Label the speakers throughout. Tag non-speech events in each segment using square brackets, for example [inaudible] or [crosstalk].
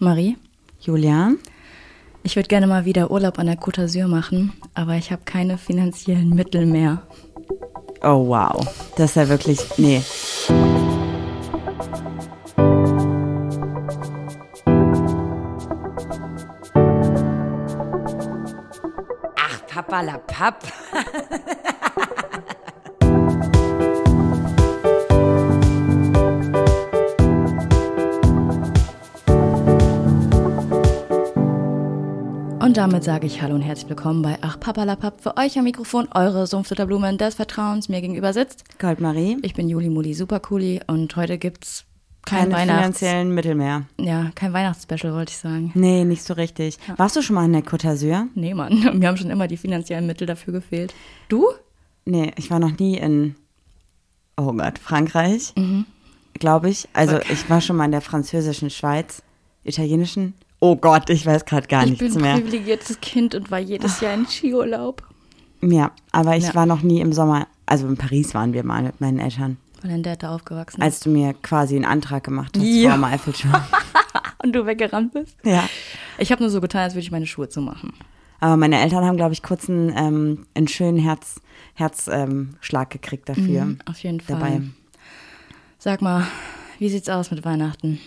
Speaker 1: Marie,
Speaker 2: Julian?
Speaker 1: ich würde gerne mal wieder Urlaub an der Côte d'Azur machen, aber ich habe keine finanziellen Mittel mehr.
Speaker 2: Oh wow, das ist ja wirklich, nee.
Speaker 3: Ach, Papa la Papp.
Speaker 1: Und damit sage ich Hallo und herzlich willkommen bei Ach Papalapap. Für euch am Mikrofon eure Sumpfdutterblumen des Vertrauens mir gegenüber sitzt.
Speaker 2: Goldmarie?
Speaker 1: Ich bin Juli Muli Supercooli und heute gibt's kein
Speaker 2: Keine
Speaker 1: Weihnachts...
Speaker 2: finanziellen Mittel mehr.
Speaker 1: Ja, kein Weihnachtsspecial wollte ich sagen.
Speaker 2: Nee, nicht so richtig. Warst du schon mal an der Côte d'Azur?
Speaker 1: Nee, Mann, [laughs] mir haben schon immer die finanziellen Mittel dafür gefehlt. Du?
Speaker 2: Nee, ich war noch nie in, oh Gott, Frankreich,
Speaker 1: Mhm.
Speaker 2: glaube ich. Also ich war schon mal in der französischen Schweiz, italienischen. Oh Gott, ich weiß gerade gar
Speaker 1: Ich bin
Speaker 2: nichts
Speaker 1: ein
Speaker 2: mehr.
Speaker 1: privilegiertes Kind und war jedes Jahr
Speaker 2: [laughs]
Speaker 1: in Skiurlaub.
Speaker 2: Ja, aber ich
Speaker 1: Ja.
Speaker 2: war noch nie im Sommer, also in Paris waren wir mal mit meinen Eltern,
Speaker 1: Weil dein Dad da aufgewachsen ist.
Speaker 2: als du mir quasi einen Antrag gemacht hast
Speaker 1: Ja.
Speaker 2: vor dem
Speaker 1: [laughs]
Speaker 2: Eiffelturm.
Speaker 1: Und du weggerannt bist?
Speaker 2: ja.
Speaker 1: Ich habe nur so getan, als würde ich meine Schuhe zumachen.
Speaker 2: Aber meine Eltern haben, glaube ich, kurz einen, ähm, einen schönen Herz, Herzschlag ähm, Schlag gekriegt dafür.
Speaker 1: Mhm. Auf jeden Fall.
Speaker 2: dabei.
Speaker 1: Sag mal, wie sieht's aus mit Weihnachten?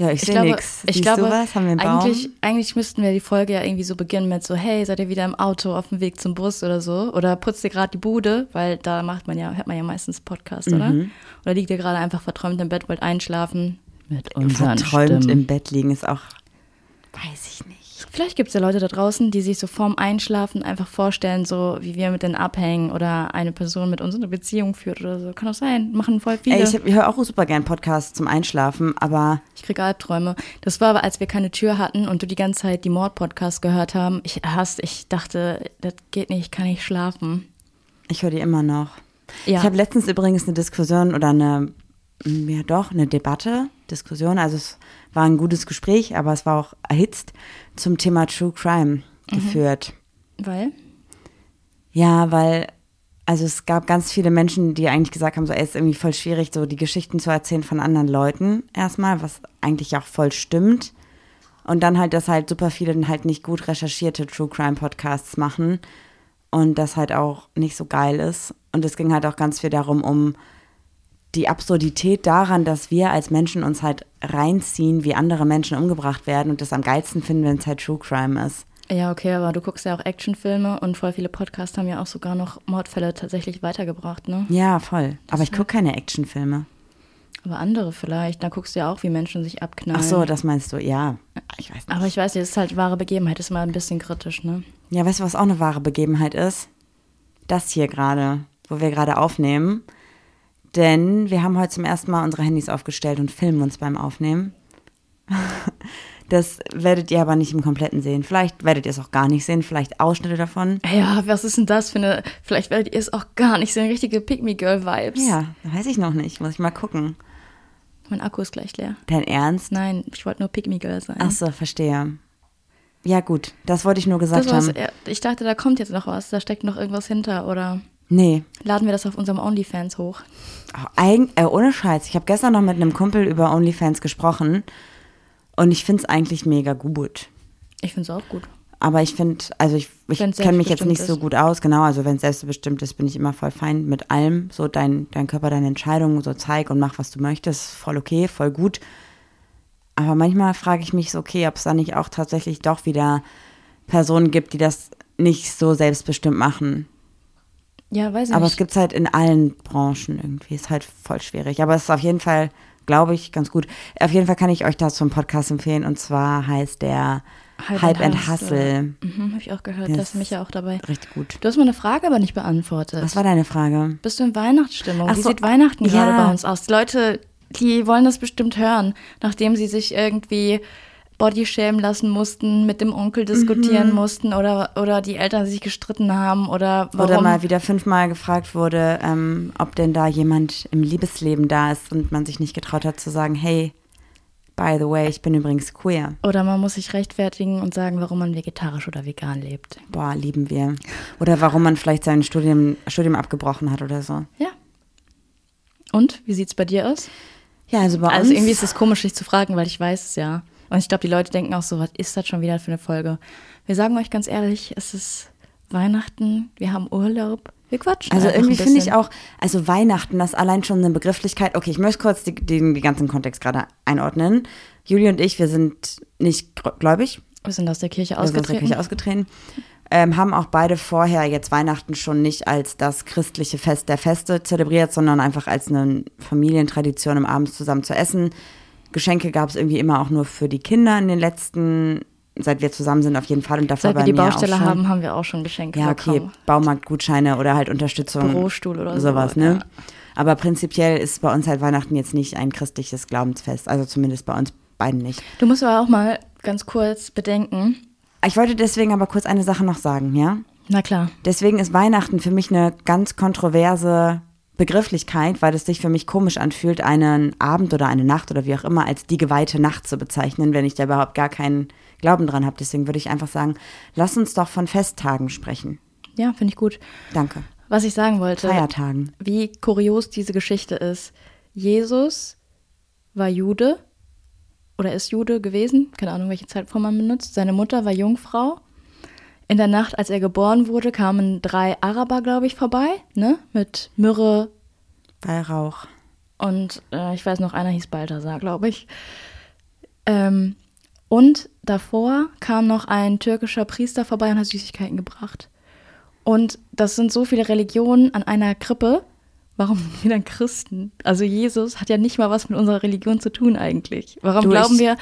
Speaker 2: Ja, ich, sehe nichts.
Speaker 1: ich glaube,
Speaker 2: du was? Haben wir einen Baum?
Speaker 1: Eigentlich, eigentlich müssten wir die Folge ja irgendwie so beginnen mit so, hey, seid ihr wieder im Auto auf dem Weg zum Bus oder so? Oder putzt ihr gerade die Bude? Weil da macht man ja, hört man ja meistens Podcast, oder?
Speaker 2: Mhm.
Speaker 1: Oder liegt ihr gerade einfach verträumt im Bett, wollt einschlafen? Mit unseren
Speaker 2: Verträumt
Speaker 1: Stimmen.
Speaker 2: im Bett liegen ist auch, weiß ich nicht.
Speaker 1: Vielleicht gibt es ja Leute da draußen, die sich so vorm Einschlafen einfach vorstellen, so wie wir mit denen abhängen oder eine Person mit uns eine Beziehung führt oder so. Kann doch sein. Machen voll viele.
Speaker 2: Ey, ich, hab- ich höre auch super gern Podcasts zum Einschlafen, aber
Speaker 1: Ich kriege Albträume. Das war aber, als wir keine Tür hatten und du die ganze Zeit die Mord-Podcasts gehört haben. Ich hasst, ich dachte, das geht nicht, ich kann nicht schlafen.
Speaker 2: ich höre die immer noch.
Speaker 1: Ja.
Speaker 2: Ich habe letztens übrigens eine Diskussion oder eine, mm, ja doch, eine Debatte, Diskussion. Also es war ein gutes Gespräch, aber es war auch erhitzt zum Thema True Crime geführt.
Speaker 1: Weil?
Speaker 2: Ja, weil, also es gab ganz viele Menschen, die eigentlich gesagt haben, so, ey, ist irgendwie voll schwierig, so die Geschichten zu erzählen von anderen Leuten erstmal, was eigentlich auch voll stimmt. Und dann halt, dass halt super viele dann halt nicht gut recherchierte True Crime Podcasts machen und das halt auch nicht so geil ist. Und es ging halt auch ganz viel darum, um die Absurdität daran, dass wir als Menschen uns halt reinziehen, wie andere Menschen umgebracht werden und das am geilsten finden, wenn es halt True Crime ist.
Speaker 1: Ja, okay, aber du guckst ja auch Actionfilme und voll viele Podcasts haben ja auch sogar noch Mordfälle tatsächlich weitergebracht, ne?
Speaker 2: Ja, voll. Aber ich gucke keine Actionfilme.
Speaker 1: Aber andere vielleicht. Da guckst du ja auch, wie Menschen sich abknallen.
Speaker 2: Ach so, das meinst du, ja. Ich weiß nicht.
Speaker 1: Aber ich weiß nicht, es ist halt wahre Begebenheit, ist mal ein bisschen kritisch, ne?
Speaker 2: Ja, weißt du, was auch eine wahre Begebenheit ist? Das hier gerade, wo wir gerade aufnehmen. Denn wir haben heute zum ersten Mal unsere Handys aufgestellt und filmen uns beim Aufnehmen. [laughs] Das werdet ihr aber nicht im Kompletten sehen. Vielleicht werdet ihr es auch gar nicht sehen, vielleicht Ausschnitte davon.
Speaker 1: Ja, was ist denn das für eine. Vielleicht werdet ihr es auch gar nicht, so eine richtige Pick-Me-Girl-Vibes.
Speaker 2: Ja, weiß ich noch nicht. Muss ich mal gucken.
Speaker 1: Mein Akku ist gleich leer.
Speaker 2: Dein Ernst?
Speaker 1: Nein, ich wollte nur Pick-Me-Girl sein.
Speaker 2: Ach so, verstehe. Ja, gut. Das wollte ich nur gesagt
Speaker 1: Das war's.
Speaker 2: haben.
Speaker 1: Ja, Ich dachte, da kommt jetzt noch was, da steckt noch irgendwas hinter oder
Speaker 2: Nee,
Speaker 1: laden wir das auf unserem OnlyFans hoch?
Speaker 2: Oh, Eig äh, ohne Scheiß, ich habe gestern noch mit einem Kumpel über OnlyFans gesprochen und ich finde es eigentlich mega gut.
Speaker 1: Ich finde es auch gut.
Speaker 2: Aber ich finde, also ich, ich
Speaker 1: Wenn's
Speaker 2: kenne mich jetzt
Speaker 1: selbstbestimmt
Speaker 2: nicht so
Speaker 1: ist.
Speaker 2: gut aus, genau. Also wenn es selbstbestimmt ist, bin ich immer voll fein mit allem. So dein, dein Körper, deine Entscheidung, so zeig und mach, was du möchtest. Voll okay, voll gut. Aber manchmal frage ich mich so, okay, ob es da nicht auch tatsächlich doch wieder Personen gibt, die das nicht so selbstbestimmt machen.
Speaker 1: Ja, weiß ich
Speaker 2: Aber es
Speaker 1: nicht.
Speaker 2: gibt es halt in allen Branchen irgendwie. Ist halt voll schwierig. Aber es ist auf jeden Fall, glaube ich, ganz gut. Auf jeden Fall kann ich euch dazu einen Podcast empfehlen. Und zwar heißt der Hype, and Hustle.
Speaker 1: Mhm, Habe ich auch gehört,
Speaker 2: Das
Speaker 1: das ist mich ja auch dabei.
Speaker 2: Richtig gut.
Speaker 1: Du hast meine Frage aber nicht beantwortet.
Speaker 2: Was war deine Frage?
Speaker 1: Bist du in Weihnachtsstimmung?
Speaker 2: Ach
Speaker 1: Wie
Speaker 2: so,
Speaker 1: sieht Weihnachten
Speaker 2: ja.
Speaker 1: gerade bei uns aus? Die Leute, die wollen das bestimmt hören, nachdem sie sich irgendwie bodyschämen lassen mussten, mit dem Onkel
Speaker 2: Mhm.
Speaker 1: diskutieren mussten oder, oder die Eltern sich gestritten haben oder warum.
Speaker 2: Oder mal wieder fünfmal gefragt wurde, ähm, ob denn da jemand im Liebesleben da ist und man sich nicht getraut hat zu sagen, hey, by the way, ich bin übrigens queer.
Speaker 1: Oder man muss sich rechtfertigen und sagen, warum man vegetarisch oder vegan lebt.
Speaker 2: Boah, lieben wir. Oder warum man vielleicht sein Studium, Studium abgebrochen hat oder so.
Speaker 1: Ja. Und wie sieht's bei dir aus?
Speaker 2: Ja, also bei
Speaker 1: Also
Speaker 2: uns.
Speaker 1: irgendwie ist es komisch, dich zu fragen, weil ich weiß es ja. Und ich glaube, die Leute denken auch so, was ist das schon wieder für eine Folge? Wir sagen euch ganz ehrlich, es ist Weihnachten, wir haben Urlaub, wir quatschen.
Speaker 2: Also
Speaker 1: einfach
Speaker 2: irgendwie
Speaker 1: ein
Speaker 2: finde
Speaker 1: bisschen.
Speaker 2: ich auch, also Weihnachten, das allein schon eine Begrifflichkeit. Okay, ich möchte kurz die, den, den ganzen Kontext gerade einordnen. Juli und ich, wir sind nicht gr- gläubig,
Speaker 1: Wir sind aus der Kirche
Speaker 2: wir sind aus der
Speaker 1: ausgetreten.
Speaker 2: Kirche ausgetreten. Ähm, haben auch beide vorher jetzt Weihnachten schon nicht als das christliche Fest der Feste zelebriert, sondern einfach als eine Familientradition, um abends zusammen zu essen. Geschenke gab es irgendwie immer auch nur für die Kinder in den letzten, seit wir zusammen sind auf jeden Fall und davor
Speaker 1: Seit
Speaker 2: bei
Speaker 1: wir die
Speaker 2: mir auch
Speaker 1: Baustelle
Speaker 2: schon.
Speaker 1: haben, haben wir auch schon Geschenke
Speaker 2: Ja, okay,
Speaker 1: bekommen.
Speaker 2: Baumarktgutscheine oder halt Unterstützung.
Speaker 1: Bürostuhl oder
Speaker 2: sowas,
Speaker 1: so,
Speaker 2: ne?
Speaker 1: ja.
Speaker 2: Aber prinzipiell ist bei uns halt Weihnachten jetzt nicht ein christliches Glaubensfest, also zumindest bei uns beiden nicht.
Speaker 1: Du musst aber auch mal ganz kurz bedenken.
Speaker 2: Ich wollte deswegen aber kurz eine Sache noch sagen, ja?
Speaker 1: Na klar,
Speaker 2: Deswegen ist Weihnachten für mich eine ganz kontroverse Begrifflichkeit, weil es sich für mich komisch anfühlt, einen Abend oder eine Nacht oder wie auch immer als die geweihte Nacht zu bezeichnen, wenn ich da überhaupt gar keinen Glauben dran habe. Deswegen würde ich einfach sagen, lass uns doch von Festtagen sprechen.
Speaker 1: ja, finde ich gut.
Speaker 2: Danke.
Speaker 1: Was ich sagen wollte,
Speaker 2: Feiertagen.
Speaker 1: wie kurios diese Geschichte ist. Jesus war Jude oder ist Jude gewesen, keine Ahnung, welche Zeitform man benutzt. Seine Mutter war Jungfrau. In der Nacht, als er geboren wurde, kamen drei Araber, glaube ich, vorbei, ne? Mit Myrrhe
Speaker 2: Weihrauch.
Speaker 1: und äh, ich weiß noch, einer hieß Balthasar, glaube ich. Ähm, und davor kam noch ein türkischer Priester vorbei und hat Süßigkeiten gebracht. Und das sind so viele Religionen an einer Krippe. Warum sind wir dann Christen? Also Jesus hat ja nicht mal was mit unserer Religion zu tun eigentlich. Warum
Speaker 2: Du,
Speaker 1: glauben
Speaker 2: ich-
Speaker 1: wir,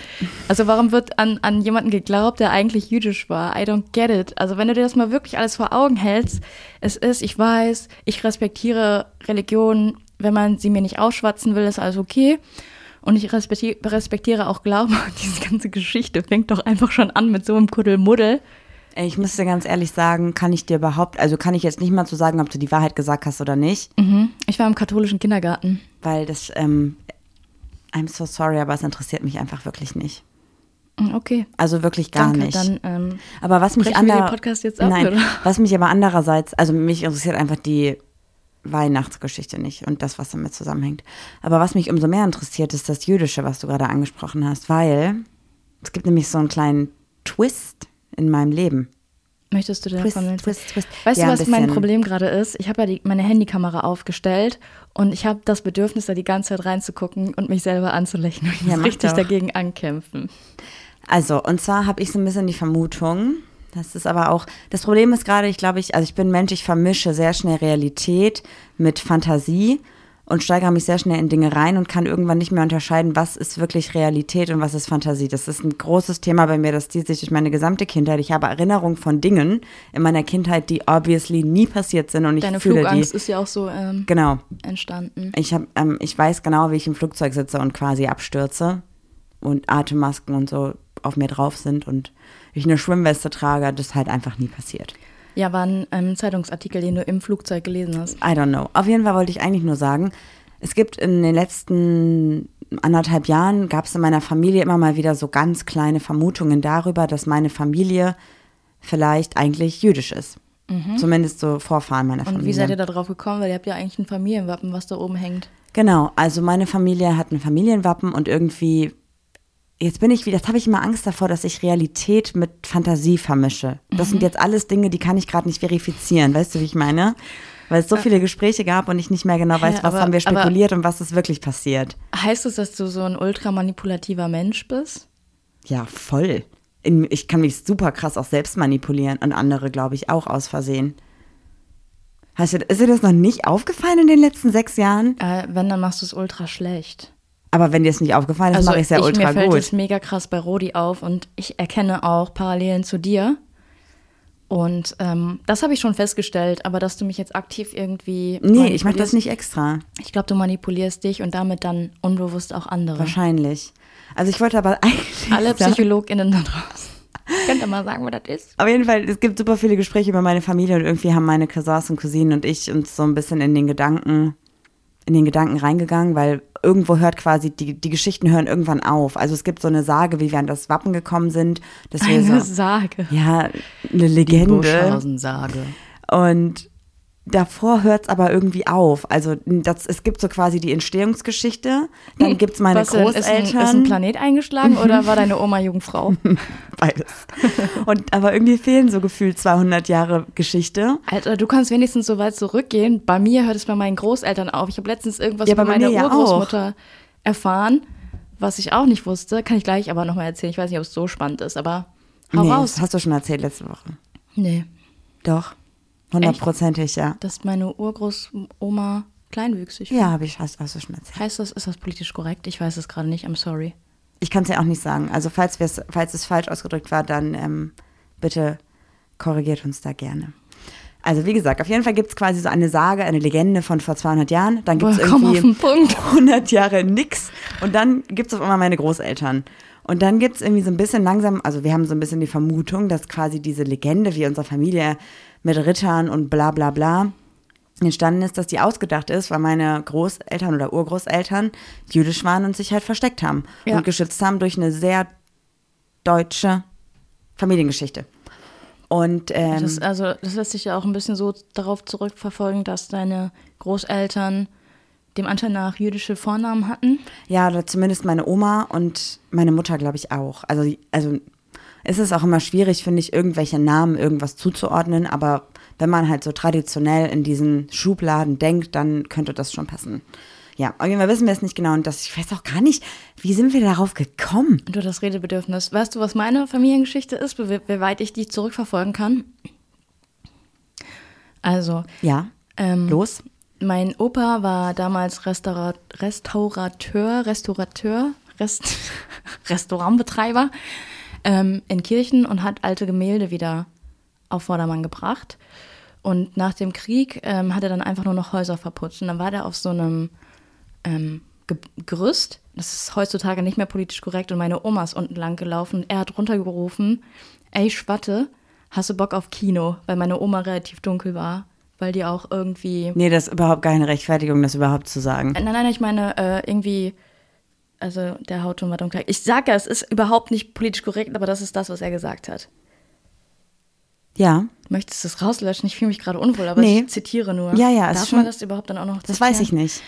Speaker 1: also warum wird an, an jemanden geglaubt, der eigentlich jüdisch war? I don't get it. Also wenn du dir das mal wirklich alles vor Augen hältst, es ist, ich weiß, ich respektiere Religion, wenn man sie mir nicht ausschwatzen will, ist alles okay. Und ich respekti respektiere auch Glauben. [laughs] Und diese ganze Geschichte fängt doch einfach schon an mit so einem Kuddelmuddel.
Speaker 2: Ey, Ich muss dir ganz ehrlich sagen, kann ich dir überhaupt, also kann ich jetzt nicht mal zu sagen, ob du die Wahrheit gesagt hast oder nicht,
Speaker 1: Mhm. Ich war im katholischen Kindergarten.
Speaker 2: weil das, ähm, I'm so sorry, aber es interessiert mich einfach wirklich nicht.
Speaker 1: Mhm, Okay,
Speaker 2: Also wirklich gar
Speaker 1: danke.
Speaker 2: nicht.
Speaker 1: Dann, ähm,
Speaker 2: aber was mich
Speaker 1: brechen wir
Speaker 2: ander
Speaker 1: den Podcast jetzt ab,
Speaker 2: Nein,
Speaker 1: oder?
Speaker 2: was mich aber andererseits, also mich interessiert einfach die Weihnachtsgeschichte nicht und das, was damit zusammenhängt. Aber was mich umso mehr interessiert, ist das Jüdische, was du gerade angesprochen hast, weil es gibt nämlich so einen kleinen Twist in meinem Leben.
Speaker 1: möchtest du davon
Speaker 2: Twist,
Speaker 1: erzählen?
Speaker 2: twist, twist.
Speaker 1: Weißt
Speaker 2: Ja,
Speaker 1: du,
Speaker 2: ein
Speaker 1: was mein
Speaker 2: bisschen.
Speaker 1: Problem gerade ist? Ich habe ja die, meine Handykamera aufgestellt und ich habe das Bedürfnis, da die ganze Zeit reinzugucken und mich selber anzulächeln. Ich
Speaker 2: Ja,
Speaker 1: muss
Speaker 2: mach
Speaker 1: richtig
Speaker 2: doch.
Speaker 1: dagegen ankämpfen.
Speaker 2: Also, und zwar habe ich so ein bisschen die Vermutung, das ist aber auch, das Problem ist gerade, ich glaube, ich, also ich bin ein Mensch, ich vermische sehr schnell Realität mit Fantasie und steigere mich sehr schnell in Dinge rein und kann irgendwann nicht mehr unterscheiden, was ist wirklich Realität und was ist Fantasie. Das ist ein großes Thema bei mir, das zieht sich durch meine gesamte Kindheit. Ich habe Erinnerungen von Dingen in meiner Kindheit, die obviously nie passiert sind und ich
Speaker 1: Deine
Speaker 2: fühle
Speaker 1: Flugangst
Speaker 2: die.
Speaker 1: ist ja auch so ähm,
Speaker 2: Genau.
Speaker 1: entstanden.
Speaker 2: Ich, hab, ähm, ich weiß genau, wie ich im Flugzeug sitze und quasi abstürze und Atemmasken und so auf mir drauf sind und ich eine Schwimmweste trage, das ist halt einfach nie passiert.
Speaker 1: Ja, war ein ähm, Zeitungsartikel, den du im Flugzeug gelesen hast.
Speaker 2: I don't know. Auf jeden Fall wollte ich eigentlich nur sagen, es gibt in den letzten anderthalb Jahren, gab es in meiner Familie immer mal wieder so ganz kleine Vermutungen darüber, dass meine Familie vielleicht eigentlich jüdisch ist. Zumindest so Vorfahren meiner
Speaker 1: Mhm. Und
Speaker 2: Familie.
Speaker 1: wie seid ihr da drauf gekommen? Weil ihr habt ja eigentlich ein Familienwappen, was da oben hängt.
Speaker 2: Genau, also meine Familie hat ein Familienwappen und irgendwie, jetzt bin ich wieder, jetzt habe ich immer Angst davor, dass ich Realität mit Fantasie vermische. Das
Speaker 1: Mhm.
Speaker 2: sind jetzt alles Dinge, die kann ich gerade nicht verifizieren, weißt du, wie ich meine? Weil es so viele Gespräche gab und ich nicht mehr genau weiß,
Speaker 1: Äh. Ja,
Speaker 2: was
Speaker 1: aber-
Speaker 2: haben wir
Speaker 1: aber-
Speaker 2: spekuliert und was ist wirklich passiert.
Speaker 1: Heißt es, dass du so ein ultramanipulativer Mensch bist?
Speaker 2: Ja, voll. In, ich kann mich super krass auch selbst manipulieren und andere, glaube ich, auch aus Versehen. Hast du, ist dir das noch nicht aufgefallen in den letzten sechs Jahren?
Speaker 1: Äh, wenn, dann machst du es ultra schlecht.
Speaker 2: Aber wenn dir es nicht aufgefallen ist, mache ich es ja ultra
Speaker 1: Also mir fällt
Speaker 2: gut.
Speaker 1: das mega krass bei Rodi auf und ich erkenne auch Parallelen zu dir. Und ähm, das habe ich schon festgestellt, aber dass du mich jetzt aktiv irgendwie.
Speaker 2: Nee, ich mache das
Speaker 1: manipulierst-
Speaker 2: nicht extra.
Speaker 1: Ich glaube, du manipulierst dich und damit dann unbewusst auch andere.
Speaker 2: Wahrscheinlich. Also ich wollte aber [laughs] eigentlich.
Speaker 1: Alle
Speaker 2: sagen-
Speaker 1: PsychologInnen da draußen. [laughs] Könnt ihr mal sagen, wo das ist?
Speaker 2: Auf jeden Fall, es gibt super viele Gespräche über meine Familie und irgendwie haben meine Cousins und Cousinen und ich uns so ein bisschen in den Gedanken, in den Gedanken reingegangen, weil irgendwo hört quasi, die, die Geschichten hören irgendwann auf. Also es gibt so eine Sage, wie wir an das Wappen gekommen sind, dass wir
Speaker 1: Eine
Speaker 2: so,
Speaker 1: Sage.
Speaker 2: ja, eine Legende.
Speaker 1: sage
Speaker 2: Und davor hört es aber irgendwie auf. Also das, es gibt so quasi die Entstehungsgeschichte, dann gibt es meine
Speaker 1: Was denn? Ist
Speaker 2: Großeltern.
Speaker 1: ein, ist ein Planet eingeschlagen
Speaker 2: [laughs]
Speaker 1: oder war deine Oma Jungfrau?
Speaker 2: Beides. Und, aber irgendwie fehlen so gefühlt 200 Jahre Geschichte.
Speaker 1: Alter, du kannst wenigstens so weit zurückgehen. Bei mir hört es bei meinen Großeltern auf. Ich habe letztens irgendwas
Speaker 2: Ja,
Speaker 1: über
Speaker 2: bei
Speaker 1: meine
Speaker 2: mir ja
Speaker 1: Urgroßmutter erfahren, was ich auch nicht wusste. Kann ich gleich aber nochmal erzählen. Ich weiß nicht, ob es so spannend ist, aber hau
Speaker 2: nee,
Speaker 1: raus.
Speaker 2: Das hast du schon erzählt letzte Woche.
Speaker 1: Nee,
Speaker 2: Doch. Hundertprozentig, ja.
Speaker 1: dass meine Urgroßoma kleinwüchsig
Speaker 2: Ja, habe ich, hast, hast du schon erzählt.
Speaker 1: Heißt das, ist das politisch korrekt? Ich weiß es gerade nicht, I'm sorry.
Speaker 2: Ich kann es ja auch nicht sagen. Also falls, wir's, falls es falsch ausgedrückt war, dann ähm, bitte korrigiert uns da gerne. Also wie gesagt, auf jeden Fall gibt es quasi so eine Sage, eine Legende von vor 200 Jahren. Dann gibt es
Speaker 1: Boah, komm
Speaker 2: irgendwie
Speaker 1: auf den Punkt.
Speaker 2: 100 Jahre nix. Und dann gibt es auf einmal meine Großeltern. Und dann gibt es irgendwie so ein bisschen langsam, also wir haben so ein bisschen die Vermutung, dass quasi diese Legende, wie unsere Familie mit Rittern und bla bla bla, entstanden ist, dass die ausgedacht ist, weil meine Großeltern oder Urgroßeltern jüdisch waren und sich halt versteckt haben
Speaker 1: Ja.
Speaker 2: und geschützt haben durch eine sehr deutsche Familiengeschichte. Und ähm,
Speaker 1: Das, also, das lässt sich ja auch ein bisschen so darauf zurückverfolgen, dass deine Großeltern dem Anschein nach jüdische Vornamen hatten.
Speaker 2: Ja, oder zumindest meine Oma und meine Mutter, glaube ich, auch. Also, also es ist auch immer schwierig, finde ich, irgendwelche Namen irgendwas zuzuordnen, aber wenn man halt so traditionell in diesen Schubladen denkt, dann könnte das schon passen. Ja, auf jeden Fall wissen wir es nicht genau und das, ich weiß auch gar nicht, wie sind wir darauf gekommen?
Speaker 1: Und du das Redebedürfnis. Weißt du, was meine Familiengeschichte ist, wie, wie weit ich die zurückverfolgen kann? Also,
Speaker 2: Ja,
Speaker 1: ähm,
Speaker 2: los.
Speaker 1: mein Opa war damals Restaura Restaurateur, Restaurateur, Rest [laughs] Restaurantbetreiber ähm, in Kirchen und hat alte Gemälde wieder auf Vordermann gebracht. Und nach dem Krieg ähm, hat er dann einfach nur noch Häuser verputzt. Und dann war der auf so einem ähm, Ge Gerüst. Das ist heutzutage nicht mehr politisch korrekt. Und meine Oma ist unten lang gelaufen. Und er hat runtergerufen: Ey, Schwatte, hast du Bock auf Kino? Weil meine Oma relativ dunkel war. Weil die auch irgendwie.
Speaker 2: Nee, das ist überhaupt keine Rechtfertigung, das überhaupt zu sagen.
Speaker 1: Nein, nein, ich meine äh, irgendwie, also der Hautton war dunkel. Ich sage ja, es ist überhaupt nicht politisch korrekt, aber das ist das, was er gesagt hat.
Speaker 2: Ja,
Speaker 1: Möchtest du es rauslöschen? Ich fühle mich gerade unwohl, aber
Speaker 2: Nee.
Speaker 1: ich zitiere nur.
Speaker 2: Ja, ja,
Speaker 1: Darf
Speaker 2: ist schon-
Speaker 1: man das überhaupt dann auch noch
Speaker 2: das weiß ich
Speaker 1: zitieren?
Speaker 2: nicht.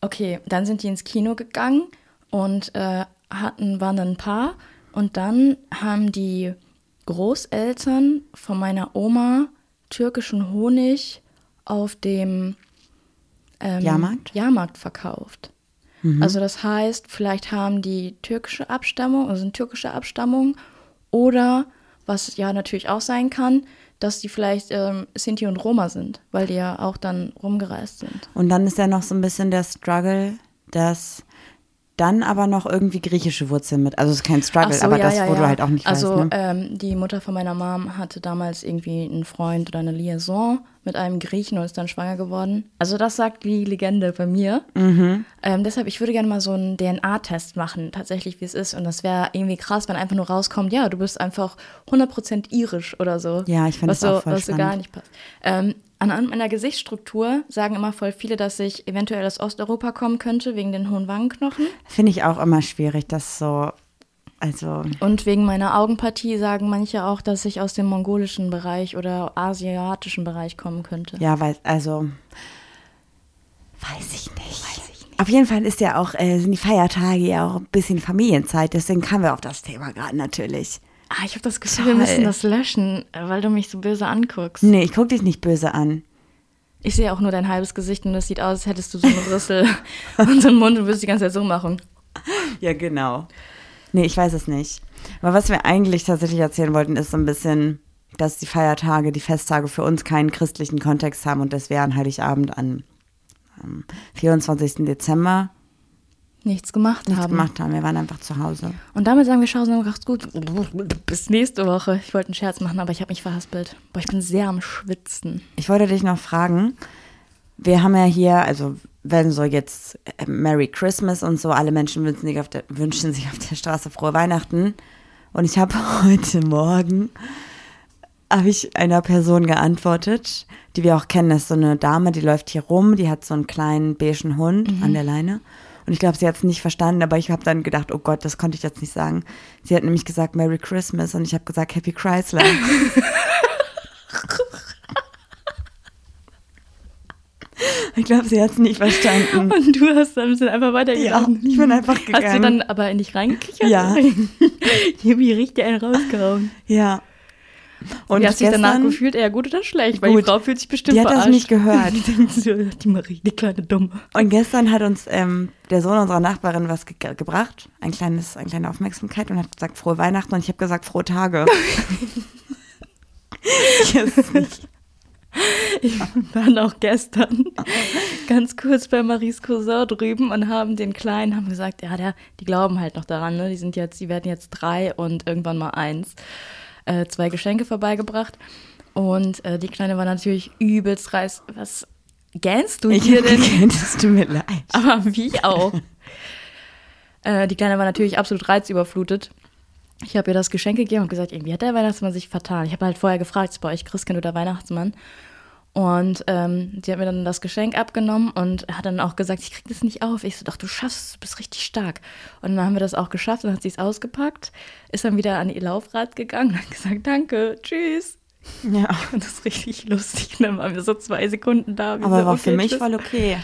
Speaker 1: Okay, dann sind die ins Kino gegangen und äh, hatten, waren dann ein Paar. Und dann haben die Großeltern von meiner Oma türkischen Honig auf dem ähm,
Speaker 2: Jahrmarkt?
Speaker 1: Jahrmarkt verkauft. Also das heißt, vielleicht haben die türkische Abstammung, also sind türkische Abstammung, oder was ja natürlich auch sein kann, dass die vielleicht ähm, Sinti und Roma sind, weil die ja auch dann rumgereist sind.
Speaker 2: Und dann ist ja noch so ein bisschen der Struggle, dass dann aber noch irgendwie griechische Wurzeln mit. Also es ist kein Struggle,
Speaker 1: Ach so,
Speaker 2: aber
Speaker 1: ja,
Speaker 2: das,
Speaker 1: ja,
Speaker 2: wo du
Speaker 1: ja.
Speaker 2: halt auch nicht
Speaker 1: also,
Speaker 2: weißt. Ne?
Speaker 1: ähm, die Mutter von meiner Mom hatte damals irgendwie einen Freund oder eine Liaison mit einem Griechen und ist dann schwanger geworden. Also das sagt die Legende bei mir.
Speaker 2: Mhm.
Speaker 1: Ähm, deshalb, ich würde gerne mal so einen DNA-Test machen, tatsächlich wie es ist. Und das wäre irgendwie krass, wenn einfach nur rauskommt, ja, du bist einfach 100% irisch oder so.
Speaker 2: Ja, ich fänd
Speaker 1: was
Speaker 2: das
Speaker 1: so,
Speaker 2: auch voll
Speaker 1: Was so gar
Speaker 2: spannend.
Speaker 1: nicht passt. Ähm, anhand meiner Gesichtsstruktur sagen immer voll viele, dass ich eventuell aus Osteuropa kommen könnte, wegen den hohen Wangenknochen.
Speaker 2: Finde ich auch immer schwierig, das so. Also,
Speaker 1: Und wegen meiner Augenpartie sagen manche auch, dass ich aus dem mongolischen Bereich oder asiatischen Bereich kommen könnte.
Speaker 2: ja, weil, also. Weiß ich nicht. Auf jeden Fall ist ja auch, äh, sind die Feiertage ja auch ein bisschen Familienzeit, deswegen kamen wir auf das Thema gerade natürlich.
Speaker 1: Ah, ich habe das Gefühl,
Speaker 2: Toll.
Speaker 1: wir müssen das löschen, äh, weil du mich so böse anguckst.
Speaker 2: Nee, ich guck dich nicht böse an.
Speaker 1: Hm. Ich sehe auch nur dein halbes Gesicht und es sieht aus, als hättest du so einen Rüssel [laughs] und so einen Mund und würdest die ganze Zeit so machen.
Speaker 2: Ja, genau. Nee, ich weiß es nicht. Aber was wir eigentlich tatsächlich erzählen wollten, ist so ein bisschen, dass die Feiertage, die Festtage für uns keinen christlichen Kontext haben und dass wir an Heiligabend an am 24. Dezember
Speaker 1: Nichts gemacht
Speaker 2: nichts
Speaker 1: haben.
Speaker 2: gemacht haben. Wir waren einfach zu Hause.
Speaker 1: Und damit sagen wir Schausen macht's gut. Bis nächste Woche. Ich wollte einen Scherz machen, aber ich habe mich verhaspelt. Boah, ich bin sehr am Schwitzen.
Speaker 2: Ich wollte dich noch fragen, wir haben ja hier, also wenn so jetzt äh, Merry Christmas und so, alle Menschen wünschen sich auf der, wünschen sich auf der Straße frohe Weihnachten. Und ich habe [laughs] heute Morgen, habe ich einer Person geantwortet, die wir auch kennen, das ist so eine Dame, die läuft hier rum, die hat so einen kleinen beigen Hund
Speaker 1: Mhm.
Speaker 2: an der Leine. Und ich glaube, sie hat es nicht verstanden, aber ich habe dann gedacht, oh Gott, das konnte ich jetzt nicht sagen. Sie hat nämlich gesagt Merry
Speaker 1: [laughs]
Speaker 2: Christmas und ich habe gesagt Happy Chrysler. Ich glaube, sie hat es nicht verstanden.
Speaker 1: Und du hast dann ein bisschen einfach
Speaker 2: Mhm. Ja,
Speaker 1: weitergeladen.
Speaker 2: ich bin einfach gegangen.
Speaker 1: Hast du dann aber in dich reingekichert?
Speaker 2: Ja.
Speaker 1: ich habe [laughs] hier richtig einen rausgehauen.
Speaker 2: Ja.
Speaker 1: Und
Speaker 2: Und
Speaker 1: Wie hast du dich danach
Speaker 2: gestern-
Speaker 1: gefühlt? Eher gut oder schlecht? Weil
Speaker 2: Gut.
Speaker 1: die Frau fühlt sich bestimmt
Speaker 2: Die hat das
Speaker 1: verarscht.
Speaker 2: nicht
Speaker 1: [laughs]
Speaker 2: gehört.
Speaker 1: Die denkt so, die Marie, die kleine Dumme.
Speaker 2: Und gestern hat uns ähm, der Sohn unserer Nachbarin was ge gebracht, ein kleines, eine kleine Aufmerksamkeit und hat gesagt, frohe Weihnachten und ich habe gesagt,
Speaker 1: [laughs]
Speaker 2: frohe Tage. ich weiß nicht.
Speaker 1: Ich waren auch gestern ganz kurz bei Maries Cousin drüben und haben den Kleinen, haben gesagt, ja, der, die glauben halt noch daran, ne? Die sind jetzt, die werden jetzt drei und irgendwann mal eins. Äh, zwei Geschenke vorbeigebracht. Und äh, die Kleine war natürlich übelst reiß. Was gähnst du
Speaker 2: Ich
Speaker 1: hier
Speaker 2: habe
Speaker 1: denn?
Speaker 2: gekannt, es tut mir leid.
Speaker 1: [laughs] Aber wie auch? äh, die Kleine war natürlich absolut reizüberflutet. Ich habe ihr das Geschenk gegeben und gesagt, irgendwie hat der Weihnachtsmann sich vertan. Ich habe halt vorher gefragt, ist bei euch Christkind oder Weihnachtsmann? Und ähm, sie hat mir dann das Geschenk abgenommen und hat dann auch gesagt, ich krieg das nicht auf. Ich so, doch, du schaffst es, du bist richtig stark. Und dann haben wir das auch geschafft, dann hat sie es ausgepackt, ist dann wieder an ihr Laufrad gegangen und hat gesagt, danke, tschüss. [laughs]
Speaker 2: Ja.
Speaker 1: Und das ist richtig lustig. Und dann waren wir so zwei Sekunden da. wie
Speaker 2: Aber
Speaker 1: so,
Speaker 2: war für
Speaker 1: okay,
Speaker 2: mich
Speaker 1: tschüss.
Speaker 2: voll okay.